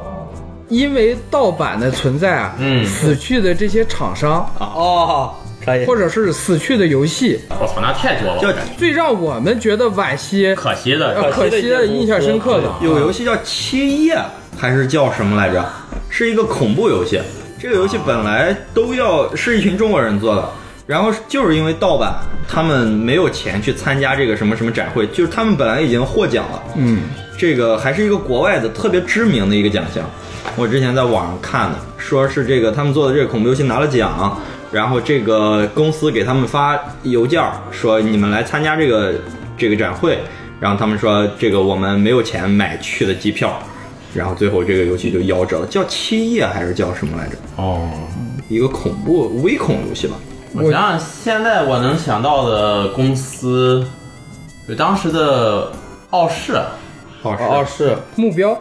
[SPEAKER 3] 因为盗版的存在啊，
[SPEAKER 1] 嗯
[SPEAKER 3] 死去的这些厂商，
[SPEAKER 2] 哦，可以
[SPEAKER 3] 或者是死去的游戏，
[SPEAKER 1] 我操，那太多了，
[SPEAKER 4] 叫
[SPEAKER 1] 我感觉
[SPEAKER 3] 最让我们觉得惋惜、
[SPEAKER 1] 可惜的
[SPEAKER 3] 呃可惜的、印象深刻的，
[SPEAKER 4] 有游戏叫《切夜》还是叫什么来着？是一个恐怖游戏。这个游戏本来都要是一群中国人做的，然后就是因为盗版，他们没有钱去参加这个什么什么展会，就是他们本来已经获奖了，
[SPEAKER 3] 嗯，
[SPEAKER 4] 这个还是一个国外的特别知名的一个奖项。我之前在网上看的，说是这个他们做的这个恐怖游戏拿了奖，然后这个公司给他们发邮件儿说你们来参加这个这个展会，然后他们说这个我们没有钱买去的机票，然后最后这个游戏就夭折了，叫七夜还是叫什么来着？
[SPEAKER 1] 哦，
[SPEAKER 4] 一个恐怖微恐游戏吧。
[SPEAKER 1] 我想想，现在我能想到的公司，有当时的啊傲视，
[SPEAKER 4] 哦，
[SPEAKER 2] 哦，是
[SPEAKER 3] 目标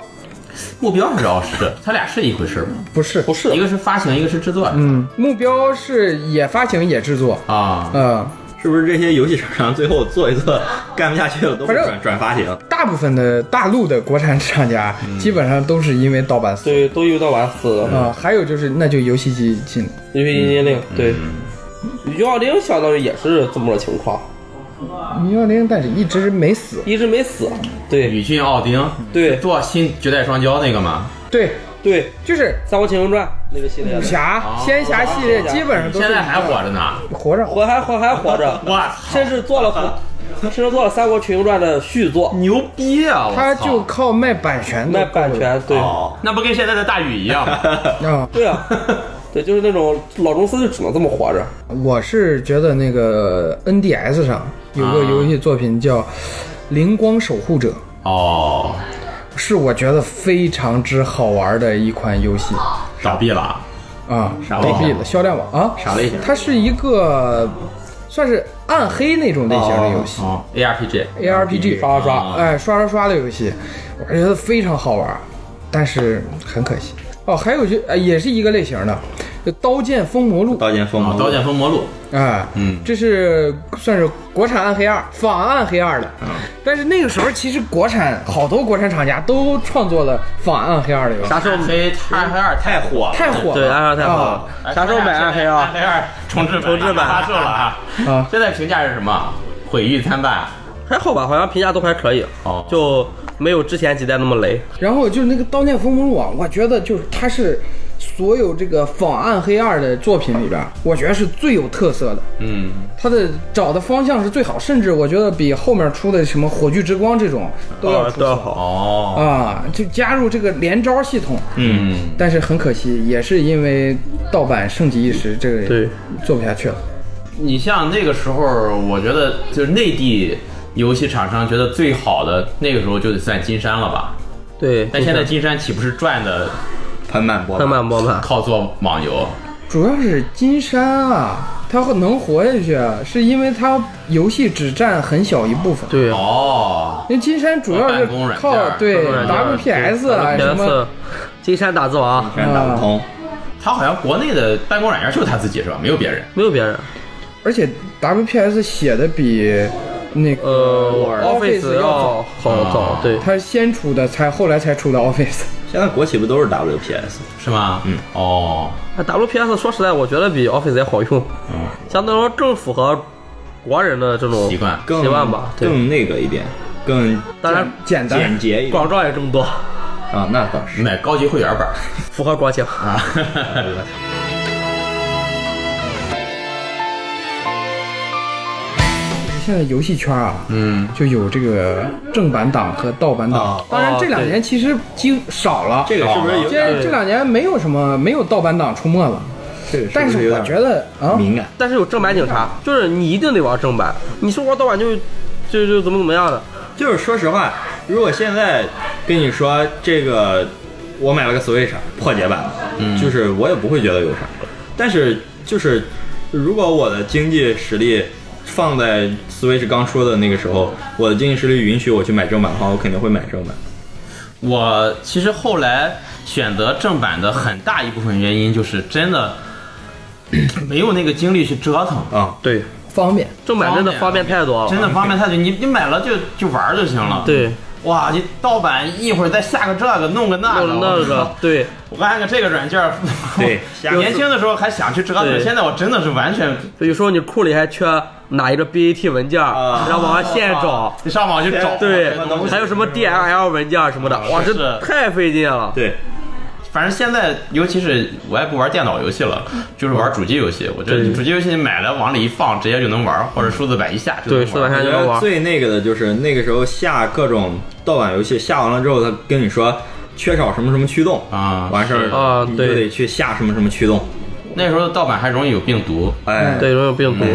[SPEAKER 1] 目标是傲视，它俩是一回事儿吗？
[SPEAKER 3] 不是，
[SPEAKER 2] 不是
[SPEAKER 1] 一个是发行，一个是制作。
[SPEAKER 3] 嗯，目标是也发行也制作，
[SPEAKER 1] 啊，
[SPEAKER 3] 嗯，
[SPEAKER 4] 是不是这些游戏厂商最后做一做干不下去了，都会
[SPEAKER 3] 反正
[SPEAKER 4] 转转发行？
[SPEAKER 3] 大部分的大陆的国产厂家基本上都是因为盗版死，
[SPEAKER 2] 对，都遇到完死了。
[SPEAKER 3] 啊，还有就是那就游戏机进，
[SPEAKER 2] 游戏禁
[SPEAKER 1] 嗯
[SPEAKER 2] 令，对，游奥丁相当于也是这么个情况，
[SPEAKER 3] 幺零但是一直没死，
[SPEAKER 2] 一直没死。对
[SPEAKER 1] 宇峻奥丁，
[SPEAKER 2] 对
[SPEAKER 1] 做新绝代双骄那个嘛，
[SPEAKER 3] 对，
[SPEAKER 2] 对，
[SPEAKER 3] 就是
[SPEAKER 2] 《三国群英传》那个系列
[SPEAKER 3] 武
[SPEAKER 2] 的，
[SPEAKER 3] 侠、
[SPEAKER 1] 哦
[SPEAKER 3] 仙侠系列基本上都是
[SPEAKER 1] 现在还火着呢。
[SPEAKER 3] 活着，
[SPEAKER 2] 活还活还活着，
[SPEAKER 1] 我操，
[SPEAKER 2] 甚至做 了活，甚至做了《三国群英传》的续作，
[SPEAKER 1] 牛逼啊！我操
[SPEAKER 3] 他就靠卖版权的
[SPEAKER 2] 卖版权，对
[SPEAKER 4] 哦，
[SPEAKER 1] 那不跟现在的大宇一样吗？
[SPEAKER 3] 啊。
[SPEAKER 2] 对啊，对，就是那种老公司就只能这么活着。
[SPEAKER 3] 我是觉得那个 NDS 上有个游戏作品叫《灵光守护者
[SPEAKER 1] 哦，》，
[SPEAKER 3] 是我觉得非常之好玩的一款游戏
[SPEAKER 1] 倒闭了。
[SPEAKER 3] 啊，
[SPEAKER 1] 啥类
[SPEAKER 3] 倒
[SPEAKER 1] 型
[SPEAKER 3] 闭了，销量网啊，
[SPEAKER 4] 啥类型
[SPEAKER 3] 它是一个算是暗黑那种类型的游戏
[SPEAKER 1] 哦，ARPG，
[SPEAKER 3] ，ARPG，
[SPEAKER 2] 刷刷刷
[SPEAKER 3] 哎，刷刷刷的游戏，我觉得非常好玩，但是很可惜哦。还有就呃也是一个类型的，就《刀剑封魔录》
[SPEAKER 4] 刀剑锋
[SPEAKER 1] 哦
[SPEAKER 4] 芒，
[SPEAKER 1] 刀剑封魔录，
[SPEAKER 3] 哎，
[SPEAKER 1] 嗯
[SPEAKER 3] 这是算是国产暗黑二仿暗黑二的，但是那个时候其实国产好多国产厂家都创作了仿暗黑二的游戏，
[SPEAKER 1] 时候黑暗黑二太火了，哎
[SPEAKER 3] 太火了，
[SPEAKER 2] 对暗黑二太火
[SPEAKER 3] 啊
[SPEAKER 2] 了
[SPEAKER 1] 哦
[SPEAKER 2] 啥时候买暗黑二
[SPEAKER 1] 暗黑二哎重置重
[SPEAKER 2] 重置版
[SPEAKER 1] 发售了啊！
[SPEAKER 3] 啊
[SPEAKER 1] 现在评价是什么？毁誉参半。
[SPEAKER 2] 还好吧，好像评价都还可以，
[SPEAKER 1] 哦
[SPEAKER 2] 就没有之前几代那么雷。
[SPEAKER 3] 然后就是那个《刀剑封魔录》啊，我觉得就是它是所有这个仿暗黑二的作品里边，我觉得是最有特色的，
[SPEAKER 1] 嗯，
[SPEAKER 3] 它的找的方向是最好，甚至我觉得比后面出的什么《火炬之光》这种都要
[SPEAKER 2] 啊
[SPEAKER 3] 出
[SPEAKER 2] 都
[SPEAKER 3] 色、
[SPEAKER 2] 要好，
[SPEAKER 1] 哦，
[SPEAKER 3] 啊，就加入这个连招系统，
[SPEAKER 1] 嗯，
[SPEAKER 3] 但是很可惜，也是因为盗版盛极一时，这个
[SPEAKER 2] 对
[SPEAKER 3] 做不下去了。
[SPEAKER 1] 你像那个时候，我觉得就是内地游戏厂商觉得最好的那个时候就得算金山了吧？
[SPEAKER 2] 对。
[SPEAKER 1] 但现在金山岂不是赚的
[SPEAKER 4] 盆满钵
[SPEAKER 2] 看慢播慢，
[SPEAKER 1] 靠做网游？
[SPEAKER 3] 主要是金山啊，它能活下去，啊是因为它游戏只占很小一部分。
[SPEAKER 2] 对，
[SPEAKER 1] 哦，
[SPEAKER 3] 因为金山主要
[SPEAKER 1] 办
[SPEAKER 3] 是
[SPEAKER 1] 公软件
[SPEAKER 3] 靠对
[SPEAKER 1] 办公软
[SPEAKER 2] 件
[SPEAKER 3] WPS 啊什么
[SPEAKER 2] WPS，金山打字王啊
[SPEAKER 4] 全打不通。
[SPEAKER 1] 他好像国内的办公软件就是他自己是吧？没有别人。
[SPEAKER 2] 没有别人，
[SPEAKER 3] 而且 WPS 写的比那个
[SPEAKER 2] 呃，Office 要
[SPEAKER 3] 要早，
[SPEAKER 2] 好早，对，
[SPEAKER 3] 它先出的才后来才出的 Office。
[SPEAKER 4] 现在国企不都是 WPS？
[SPEAKER 1] 是吗？嗯，哦，
[SPEAKER 2] 那 WPS 说实在，我觉得比 Office 也好用，相对来说更符合国人的这种
[SPEAKER 1] 嗯习惯
[SPEAKER 4] 更
[SPEAKER 2] 习惯吧。对，
[SPEAKER 4] 更那个一点，更
[SPEAKER 2] 当然
[SPEAKER 3] 简单
[SPEAKER 4] 简洁一点
[SPEAKER 2] 广告也这么多，
[SPEAKER 4] 啊，那倒是。
[SPEAKER 1] 买高级会员版儿
[SPEAKER 2] 符合国情。
[SPEAKER 1] 啊。
[SPEAKER 3] 现在游戏圈啊，
[SPEAKER 1] 嗯，
[SPEAKER 3] 就有这个正版党和盗版党
[SPEAKER 4] 啊。
[SPEAKER 3] 当然
[SPEAKER 2] 哦
[SPEAKER 3] 这两
[SPEAKER 2] 对
[SPEAKER 3] 年其实几少了，
[SPEAKER 4] 这个是不是有
[SPEAKER 3] 现在
[SPEAKER 4] 点？
[SPEAKER 3] 这两年没有什么没有盗版党出没了，
[SPEAKER 4] 这个
[SPEAKER 3] 但
[SPEAKER 4] 是不
[SPEAKER 3] 是
[SPEAKER 4] 有
[SPEAKER 3] 我
[SPEAKER 4] 点
[SPEAKER 3] 觉得啊，
[SPEAKER 4] 敏感。
[SPEAKER 2] 但是有正版警察，就是你一定得玩正版，你说玩盗版就就就怎么怎么样的。
[SPEAKER 4] 就是说实话，如果现在跟你说这个，我买了个 Switch 破解版，嗯，就是我也不会觉得有啥。但是就是如果我的经济实力放在 Switch 刚出的那个时候，我的经济实力允许我去买正版的话，我肯定会买正版。
[SPEAKER 1] 我其实后来选择正版的很大一部分原因就是真 的没有那个精力去折腾，
[SPEAKER 4] 啊，
[SPEAKER 2] 对，
[SPEAKER 3] 方便。
[SPEAKER 2] 正版真的方便太多了。
[SPEAKER 1] 真的方便太多。你你买了就就玩儿就行了。，
[SPEAKER 2] 哦对，
[SPEAKER 1] 哇，你盗版一会儿再下个这个，弄个那个，
[SPEAKER 2] 弄那个，对，
[SPEAKER 1] 我按个这个软件儿。
[SPEAKER 4] 对
[SPEAKER 1] 我年轻的时候还想去折腾，
[SPEAKER 2] 对
[SPEAKER 1] 现在我真的是完全
[SPEAKER 2] 有时候你库里还缺哪一个 BAT 文件，然后往上现找。
[SPEAKER 1] 你上网去找。
[SPEAKER 2] 对
[SPEAKER 1] 啊这个东西，
[SPEAKER 2] 还有什么 DLL 文件什么的，哇，
[SPEAKER 1] 是
[SPEAKER 2] 这太费劲了。
[SPEAKER 4] 对，
[SPEAKER 1] 反正现在，尤其是我也不玩电脑游戏了，就是玩主机游戏。我觉得
[SPEAKER 2] 对
[SPEAKER 1] 主机游戏你买了往里一放，直接就能玩，或者数字版一下就能玩。
[SPEAKER 2] 对，是的，
[SPEAKER 4] 我
[SPEAKER 2] 现在
[SPEAKER 4] 觉
[SPEAKER 2] 就能
[SPEAKER 4] 得
[SPEAKER 2] 玩。
[SPEAKER 4] 最那个的就是那个时候下各种盗版游戏，下完了之后他跟你说缺少什么什么驱动
[SPEAKER 1] 啊
[SPEAKER 4] 完事
[SPEAKER 1] 是
[SPEAKER 4] 儿
[SPEAKER 2] 啊
[SPEAKER 4] 你就
[SPEAKER 2] 对
[SPEAKER 4] 得去下什么什么驱动。
[SPEAKER 1] 那时候盗版还容易有病毒，
[SPEAKER 4] 哎，
[SPEAKER 2] 对，容易有病毒，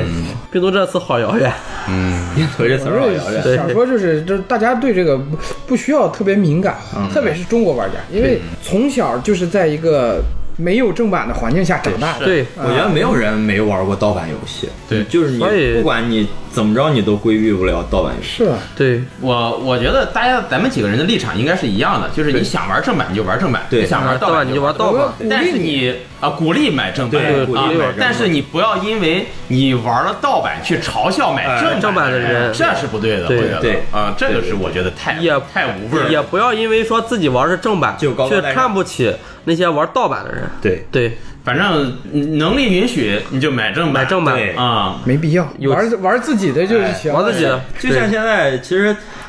[SPEAKER 2] 病毒这次好遥远。
[SPEAKER 1] 嗯，
[SPEAKER 4] 别推这词儿好遥远。
[SPEAKER 2] 对
[SPEAKER 3] 想说就是，就是大家对这个不不需要特别敏感，啊
[SPEAKER 2] 嗯
[SPEAKER 3] 特别是中国玩家，因为从小就是在一个没有正版的环境下长大的。
[SPEAKER 2] 对，
[SPEAKER 4] 我觉得没有人没玩过盗版游戏，
[SPEAKER 1] 对
[SPEAKER 4] 就是你
[SPEAKER 2] 所以
[SPEAKER 4] 不管你怎么着，你都规避不了盗版游
[SPEAKER 3] 是
[SPEAKER 4] 戏。
[SPEAKER 3] 啊，
[SPEAKER 2] 对，
[SPEAKER 1] 我我觉得大家咱们几个人的立场应该是一样的，就是你
[SPEAKER 4] 对
[SPEAKER 1] 想玩正版你就玩正版，
[SPEAKER 4] 对
[SPEAKER 1] 你想玩
[SPEAKER 2] 盗
[SPEAKER 1] 版
[SPEAKER 2] 版你就玩盗
[SPEAKER 3] 我
[SPEAKER 2] 版。
[SPEAKER 3] 鼓励
[SPEAKER 1] 但是你啊，鼓励买正版，
[SPEAKER 4] 对鼓励
[SPEAKER 1] 啊
[SPEAKER 4] 买正版，
[SPEAKER 1] 但是你不要因为你玩了盗版去嘲笑买正
[SPEAKER 4] 哎
[SPEAKER 2] 正版的人
[SPEAKER 1] 这是不对的，我
[SPEAKER 2] 对
[SPEAKER 1] 觉得
[SPEAKER 4] 对
[SPEAKER 1] 啊，这个是我觉得太
[SPEAKER 2] 也
[SPEAKER 1] 太无味儿
[SPEAKER 2] 也
[SPEAKER 1] 了。
[SPEAKER 2] 不要因为说自己玩的是正版，
[SPEAKER 4] 就高高
[SPEAKER 2] 却
[SPEAKER 4] 在上
[SPEAKER 2] 看不起那些玩盗版的人。
[SPEAKER 4] 对
[SPEAKER 2] 对，
[SPEAKER 1] 反正嗯能力允许你就买正版，
[SPEAKER 2] 买正版
[SPEAKER 4] 对
[SPEAKER 1] 啊，
[SPEAKER 3] 没必要
[SPEAKER 2] 有哎
[SPEAKER 3] 玩玩自己的就是行。
[SPEAKER 2] 玩自己的，
[SPEAKER 4] 就像现在，其实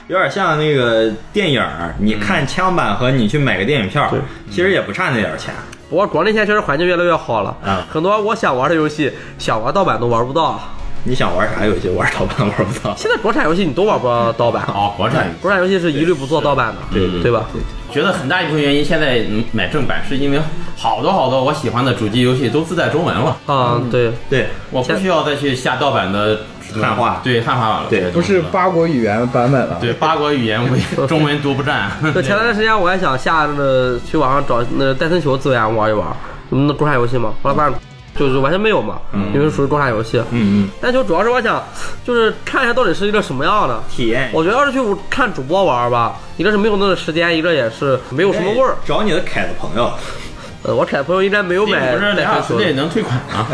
[SPEAKER 4] 有点像那个电影儿，你看枪版和你去买个电影票，其实也不差那点儿钱。
[SPEAKER 2] 不过国内现在确实环境越来越好了，
[SPEAKER 4] 嗯
[SPEAKER 2] 很多我想玩的游戏，想玩盗版都玩不到。
[SPEAKER 4] 你想玩啥游戏，玩盗版玩不到。
[SPEAKER 2] 现在国产游戏你都玩不到盗版，
[SPEAKER 1] 哦，国产
[SPEAKER 2] 国产游戏是一律不做盗版的，
[SPEAKER 4] 对
[SPEAKER 2] 对
[SPEAKER 4] 对
[SPEAKER 2] 吧？
[SPEAKER 1] 觉得很大一部分原因，现在嗯买正版是因为好多好多我喜欢的主机游戏都自带中文了，
[SPEAKER 2] 啊，
[SPEAKER 4] 嗯
[SPEAKER 2] 对，
[SPEAKER 4] 对
[SPEAKER 1] 我不需要再去下盗版的
[SPEAKER 4] 汉化
[SPEAKER 1] 对汉化版了，
[SPEAKER 4] 对
[SPEAKER 1] 这些
[SPEAKER 3] 不
[SPEAKER 1] 东西
[SPEAKER 2] 嗯
[SPEAKER 3] 是八国语言版本了。
[SPEAKER 1] 对八国语言为中文独不 占，
[SPEAKER 2] 就前段时间我还想下那去网上找那戴森球资源玩一玩，那国产游戏嘛，后来发现就是完全没有嘛，因为属于国产游戏。
[SPEAKER 4] 嗯嗯，
[SPEAKER 2] 但就主要是我想，就是看一下到底是一个什么样的。
[SPEAKER 4] 体验
[SPEAKER 2] 我觉得要是去看主播玩吧，一个是没有那个时间，一个也是没有什么味儿。
[SPEAKER 4] 找你的凯子朋友，
[SPEAKER 2] 呃，我凯朋友应该没有
[SPEAKER 1] 你
[SPEAKER 2] 买
[SPEAKER 1] 不是
[SPEAKER 2] 戴
[SPEAKER 1] 两小
[SPEAKER 2] 森
[SPEAKER 1] 时
[SPEAKER 2] 球
[SPEAKER 1] 内能退款 啊？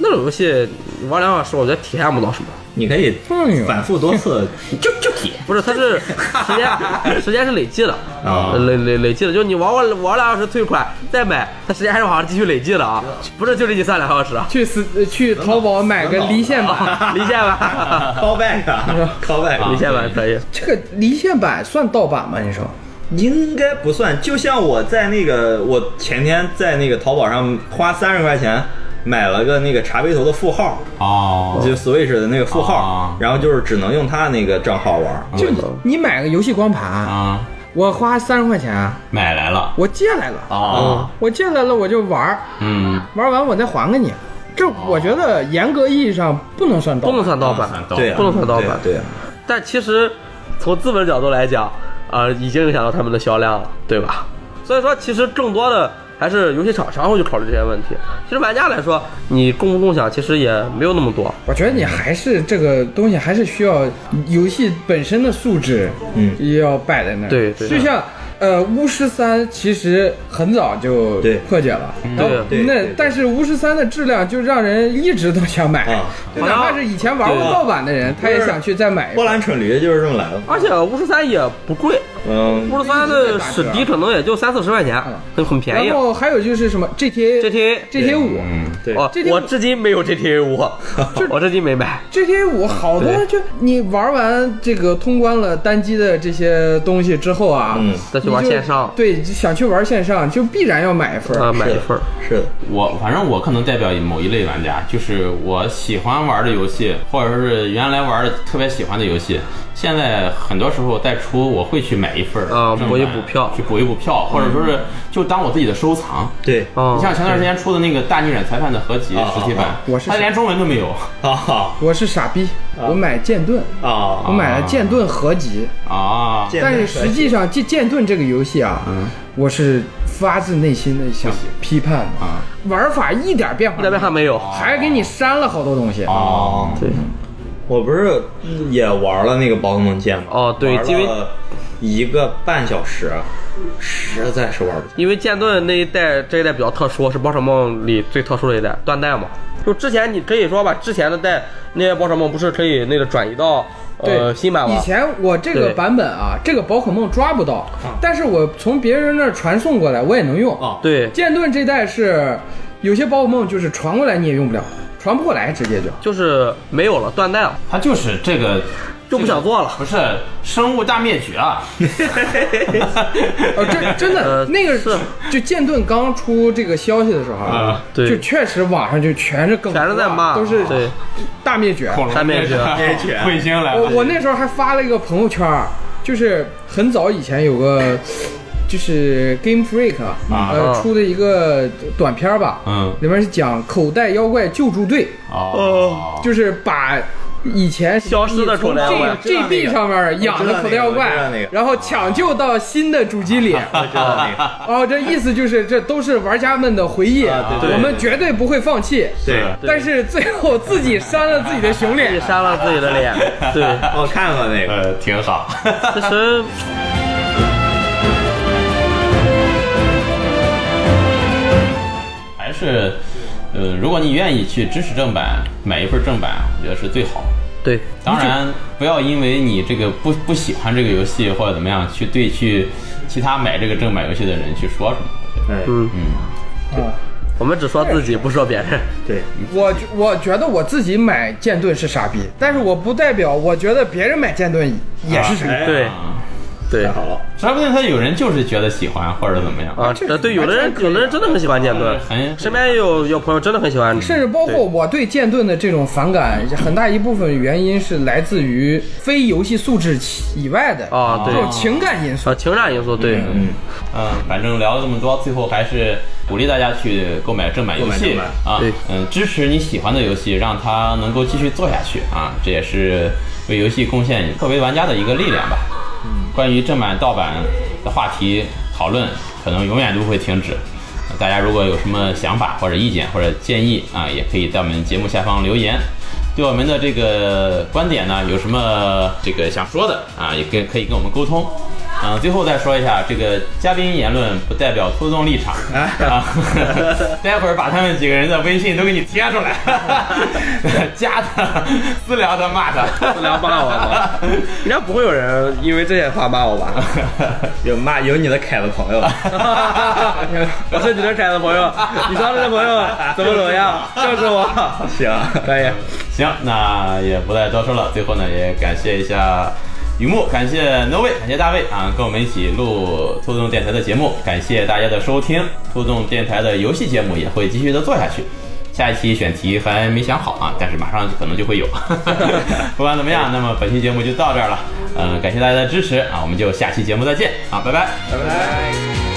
[SPEAKER 2] 那种游戏，玩两小时我觉得体验不到什么。
[SPEAKER 4] 你可以
[SPEAKER 3] 哎呦
[SPEAKER 4] 反复多次。
[SPEAKER 1] 就就铁，
[SPEAKER 2] 不是，它是 时间时间是累计的
[SPEAKER 4] 啊
[SPEAKER 2] 累累累计的，就是你玩玩玩两小时退款再买，它时间还是往上继续累计的啊，不是就这计算两小时啊，
[SPEAKER 3] 去死呃去淘宝买个离线版，
[SPEAKER 2] 哎 离线版，
[SPEAKER 4] callback 啊 callback，
[SPEAKER 2] 离线版可以，
[SPEAKER 3] 这个离线版算盗版吗？你说？
[SPEAKER 2] 啊
[SPEAKER 4] 应该不算。就像我在那个，我前天在那个淘宝上花三十块钱买了个那个茶杯头的副号，
[SPEAKER 1] 哦
[SPEAKER 4] 就 Switch 的那个副号
[SPEAKER 1] 啊，
[SPEAKER 4] 然后就是只能用他那个账号玩。
[SPEAKER 2] 嗯
[SPEAKER 3] 就你你买个游戏光盘，
[SPEAKER 1] 啊，
[SPEAKER 3] 我花三十块钱，
[SPEAKER 1] 买来了
[SPEAKER 3] 我借来了，
[SPEAKER 2] 哦
[SPEAKER 1] 啊，
[SPEAKER 3] 我借来了我就玩儿，
[SPEAKER 1] 嗯，
[SPEAKER 3] 玩完我再还给你。这我觉得严格意义上不能算盗
[SPEAKER 2] 哦不能
[SPEAKER 3] 版，
[SPEAKER 2] 算盗版，
[SPEAKER 1] 算
[SPEAKER 4] 对啊，
[SPEAKER 2] 不能算盗版
[SPEAKER 4] 对啊对啊，
[SPEAKER 2] 但其实从资本角度来讲，啊，已经影响到他们的销量了，对吧？所以说，其实更多的还是游戏厂商会去考虑这些问题。其实玩家来说，你共不共享其实也没有那么多，
[SPEAKER 3] 我觉得你还是这个东西还是需要游戏本身的素质，
[SPEAKER 4] 嗯，
[SPEAKER 3] 也要摆在那儿。
[SPEAKER 2] 对对
[SPEAKER 3] 就像呃巫师三其实很早就
[SPEAKER 4] 对
[SPEAKER 3] 破解了，
[SPEAKER 2] 嗯
[SPEAKER 3] 然后
[SPEAKER 4] 对对
[SPEAKER 3] 那
[SPEAKER 4] 对
[SPEAKER 3] 但是巫师三的质量就让人一直都想买
[SPEAKER 4] 啊，
[SPEAKER 3] 就哪怕是以前玩过
[SPEAKER 2] 对
[SPEAKER 3] 盗版的人，他也想去再买一
[SPEAKER 4] 波
[SPEAKER 3] 个。
[SPEAKER 4] 兰蠢驴就是这么来的。
[SPEAKER 2] 而且巫师三也不贵，
[SPEAKER 4] 嗯，
[SPEAKER 2] 巫师三的史迪可能也就三四十块钱，很很便宜
[SPEAKER 3] 嗯然。后还有就是什么 GTA
[SPEAKER 2] GTA
[SPEAKER 3] GTA 五
[SPEAKER 2] 嗯
[SPEAKER 4] 对，
[SPEAKER 2] 我
[SPEAKER 3] 这地
[SPEAKER 2] 哦我至今没有 GTA 五， 我至今没买。
[SPEAKER 3] GTA 五好多
[SPEAKER 2] 对
[SPEAKER 3] 就你玩完这个通关了单机的这些东西之后啊，
[SPEAKER 4] 嗯
[SPEAKER 2] 再去玩
[SPEAKER 3] 你就
[SPEAKER 2] 线上
[SPEAKER 3] 对，就想去玩线上就必然要买一份儿。
[SPEAKER 2] 啊，买一份儿。
[SPEAKER 4] 是的，
[SPEAKER 1] 我反正我可能代表某一类玩家，就是我喜欢玩的游戏，或者是原来玩的特别喜欢的游戏，现在很多时候再出，我会去买一份儿
[SPEAKER 2] 啊
[SPEAKER 1] 正版
[SPEAKER 2] 补一补票
[SPEAKER 1] 去补一补票，或者说是就当我自己的收藏。
[SPEAKER 4] 对
[SPEAKER 2] 啊，
[SPEAKER 1] 你像前段时间出的那个《大逆转裁判》的合集
[SPEAKER 4] 啊
[SPEAKER 1] 实体版
[SPEAKER 4] 啊，
[SPEAKER 3] 我是
[SPEAKER 1] 它连中文都没有
[SPEAKER 4] 啊
[SPEAKER 3] 我是傻逼，
[SPEAKER 2] 啊
[SPEAKER 3] 我买剑盾，我
[SPEAKER 4] 啊，
[SPEAKER 3] 买了剑盾合集，
[SPEAKER 1] 啊。
[SPEAKER 4] 剑
[SPEAKER 3] 但是
[SPEAKER 4] 盾
[SPEAKER 3] 实际上这剑盾这个游戏啊，
[SPEAKER 2] 嗯
[SPEAKER 3] 我是发自内心的想批判的
[SPEAKER 1] 啊，
[SPEAKER 3] 玩法一点变化
[SPEAKER 2] 那边还没有。
[SPEAKER 3] 还给你删了好多东西。
[SPEAKER 1] 哦，
[SPEAKER 2] 对，
[SPEAKER 4] 我不是也玩了那个宝可梦剑吗？
[SPEAKER 2] 哦对
[SPEAKER 4] 玩了
[SPEAKER 2] 因为
[SPEAKER 4] 一个半小时，实在是玩不下。
[SPEAKER 2] 因为剑盾那一代这一代比较特殊，是宝可梦里最特殊的一代，断代嘛。就之前你可以说吧，之前的代那些宝可梦不是可以那个转移到呃
[SPEAKER 3] 对，
[SPEAKER 2] 新版
[SPEAKER 3] 以
[SPEAKER 2] 吗？
[SPEAKER 3] 前我这个
[SPEAKER 2] 对啊
[SPEAKER 3] 版本啊，这个宝可梦抓不到，但是我从别人那儿传送过来，我也能用。
[SPEAKER 4] 啊
[SPEAKER 2] 哦 对，
[SPEAKER 3] 剑盾这代是有些宝可梦就是传过来你也用不了，传不过来直接就。
[SPEAKER 2] 就是没有了，断代了，
[SPEAKER 1] 它就是这个，
[SPEAKER 2] 就不想做了。
[SPEAKER 1] 不是生物大灭绝啊！
[SPEAKER 3] 哦， 真真
[SPEAKER 2] 呃
[SPEAKER 3] 的，那个
[SPEAKER 2] 是
[SPEAKER 3] 就剑盾刚出这个消息的时候
[SPEAKER 1] 啊，
[SPEAKER 2] 对
[SPEAKER 3] 就确实网上就全是梗图啊，
[SPEAKER 2] 全是在骂
[SPEAKER 3] 都是
[SPEAKER 2] 对
[SPEAKER 3] 大灭绝。
[SPEAKER 1] 恐龙
[SPEAKER 2] 大灭绝
[SPEAKER 4] 灭绝
[SPEAKER 1] 彗星来
[SPEAKER 4] 哎
[SPEAKER 3] 我
[SPEAKER 1] 了，
[SPEAKER 3] 我那时候还发了一个朋友圈儿，就是很早以前有个就是 Game Freak 啊
[SPEAKER 1] 啊
[SPEAKER 3] 呃
[SPEAKER 2] 嗯
[SPEAKER 3] 出的一个短片儿吧，
[SPEAKER 1] 嗯
[SPEAKER 3] 里面是讲口袋妖怪救助队，
[SPEAKER 1] 哦，
[SPEAKER 3] 就是把以前
[SPEAKER 2] 消失的口袋妖怪
[SPEAKER 3] 这 GB 上面养的口袋妖
[SPEAKER 4] 我知道
[SPEAKER 3] 怪
[SPEAKER 4] 那个我知道那个，啊
[SPEAKER 3] 然后抢救到新的主机里。
[SPEAKER 4] 知道那个。
[SPEAKER 3] 哦，这意思就是这都是玩家们的回忆，
[SPEAKER 4] 啊
[SPEAKER 2] 对对
[SPEAKER 3] 我们绝对不会放弃。
[SPEAKER 4] 对
[SPEAKER 1] 是
[SPEAKER 3] 但是最后自己扇了自己的熊脸，
[SPEAKER 2] 扇了自己的 脸，对。
[SPEAKER 4] 我看过那个，
[SPEAKER 1] 呃，挺好。
[SPEAKER 2] 其实。
[SPEAKER 1] 还是，呃，如果你愿意去支持正版，买一份正版，我觉得是最好。
[SPEAKER 2] 对，
[SPEAKER 1] 当然，不要因为你这个不不喜欢这个游戏或者怎么样，去对去其他买这个正版游戏的人去说什么。
[SPEAKER 4] 嗯，
[SPEAKER 3] 啊
[SPEAKER 2] 我们只说自己，不说别人。
[SPEAKER 4] 对，
[SPEAKER 3] 我觉我觉得我自己买剑盾是傻逼，但是我不代表我觉得别人买剑盾也是傻逼。
[SPEAKER 4] 哎
[SPEAKER 2] 对
[SPEAKER 1] 啊，
[SPEAKER 2] 对
[SPEAKER 4] 好了，
[SPEAKER 1] 说不定他有人就是觉得喜欢或者怎么样。
[SPEAKER 2] 啊，
[SPEAKER 3] 这
[SPEAKER 2] 对，有的人
[SPEAKER 3] 完全可以
[SPEAKER 2] 有的人真的很喜欢剑盾，
[SPEAKER 4] 哎
[SPEAKER 1] 很
[SPEAKER 2] 身边也有有朋友真的很喜欢，
[SPEAKER 3] 甚至包括我对剑盾的这种反感，很大一部分原因是来自于非游戏素质以外的
[SPEAKER 2] 啊对
[SPEAKER 3] 这种情感因素。
[SPEAKER 2] 啊情感因素，对，
[SPEAKER 4] 嗯，
[SPEAKER 1] 嗯，反正聊了这么多，最后还是鼓励大家去购买正版游戏
[SPEAKER 4] 购买正
[SPEAKER 1] 啊
[SPEAKER 2] 对，
[SPEAKER 1] 嗯，支持你喜欢的游戏，让它能够继续做下去啊，这也是为游戏贡献特别玩家的一个力量吧。嗯，关于正版盗版的话题讨论，可能永远都不会停止。呃大家如果有什么想法或者意见或者建议啊，也可以在我们节目下方留言。对我们的这个观点呢，有什么这个想说的啊，也跟可以跟我们沟通。嗯、最后再说一下，这个嘉宾言论不代表拖动立场
[SPEAKER 2] 哎
[SPEAKER 1] 啊。 待会儿把他们几个人的微信都给你贴出来， 加他、私聊他、骂他、
[SPEAKER 2] 私聊骂我 吧应该不会有人因为这些话骂我吧？
[SPEAKER 4] 有骂有你的凯子朋友，
[SPEAKER 2] 我是你的凯子朋友，你上次的朋友怎么怎么样？就是我，
[SPEAKER 4] 行，
[SPEAKER 2] 可以，
[SPEAKER 1] 行，那也不再多说了。最后呢，也感谢一下雨木，感谢 No Way，感谢大卫啊，跟我们一起录兔动电台的节目，感谢大家的收听。兔动电台的游戏节目也会继续的做下去。下一期选题还没想好啊，但是马上可能就会有。不管怎么样，那么本期节目就到这儿了。嗯、感谢大家的支持啊，我们就下期节目再见啊，拜拜。
[SPEAKER 4] 拜拜。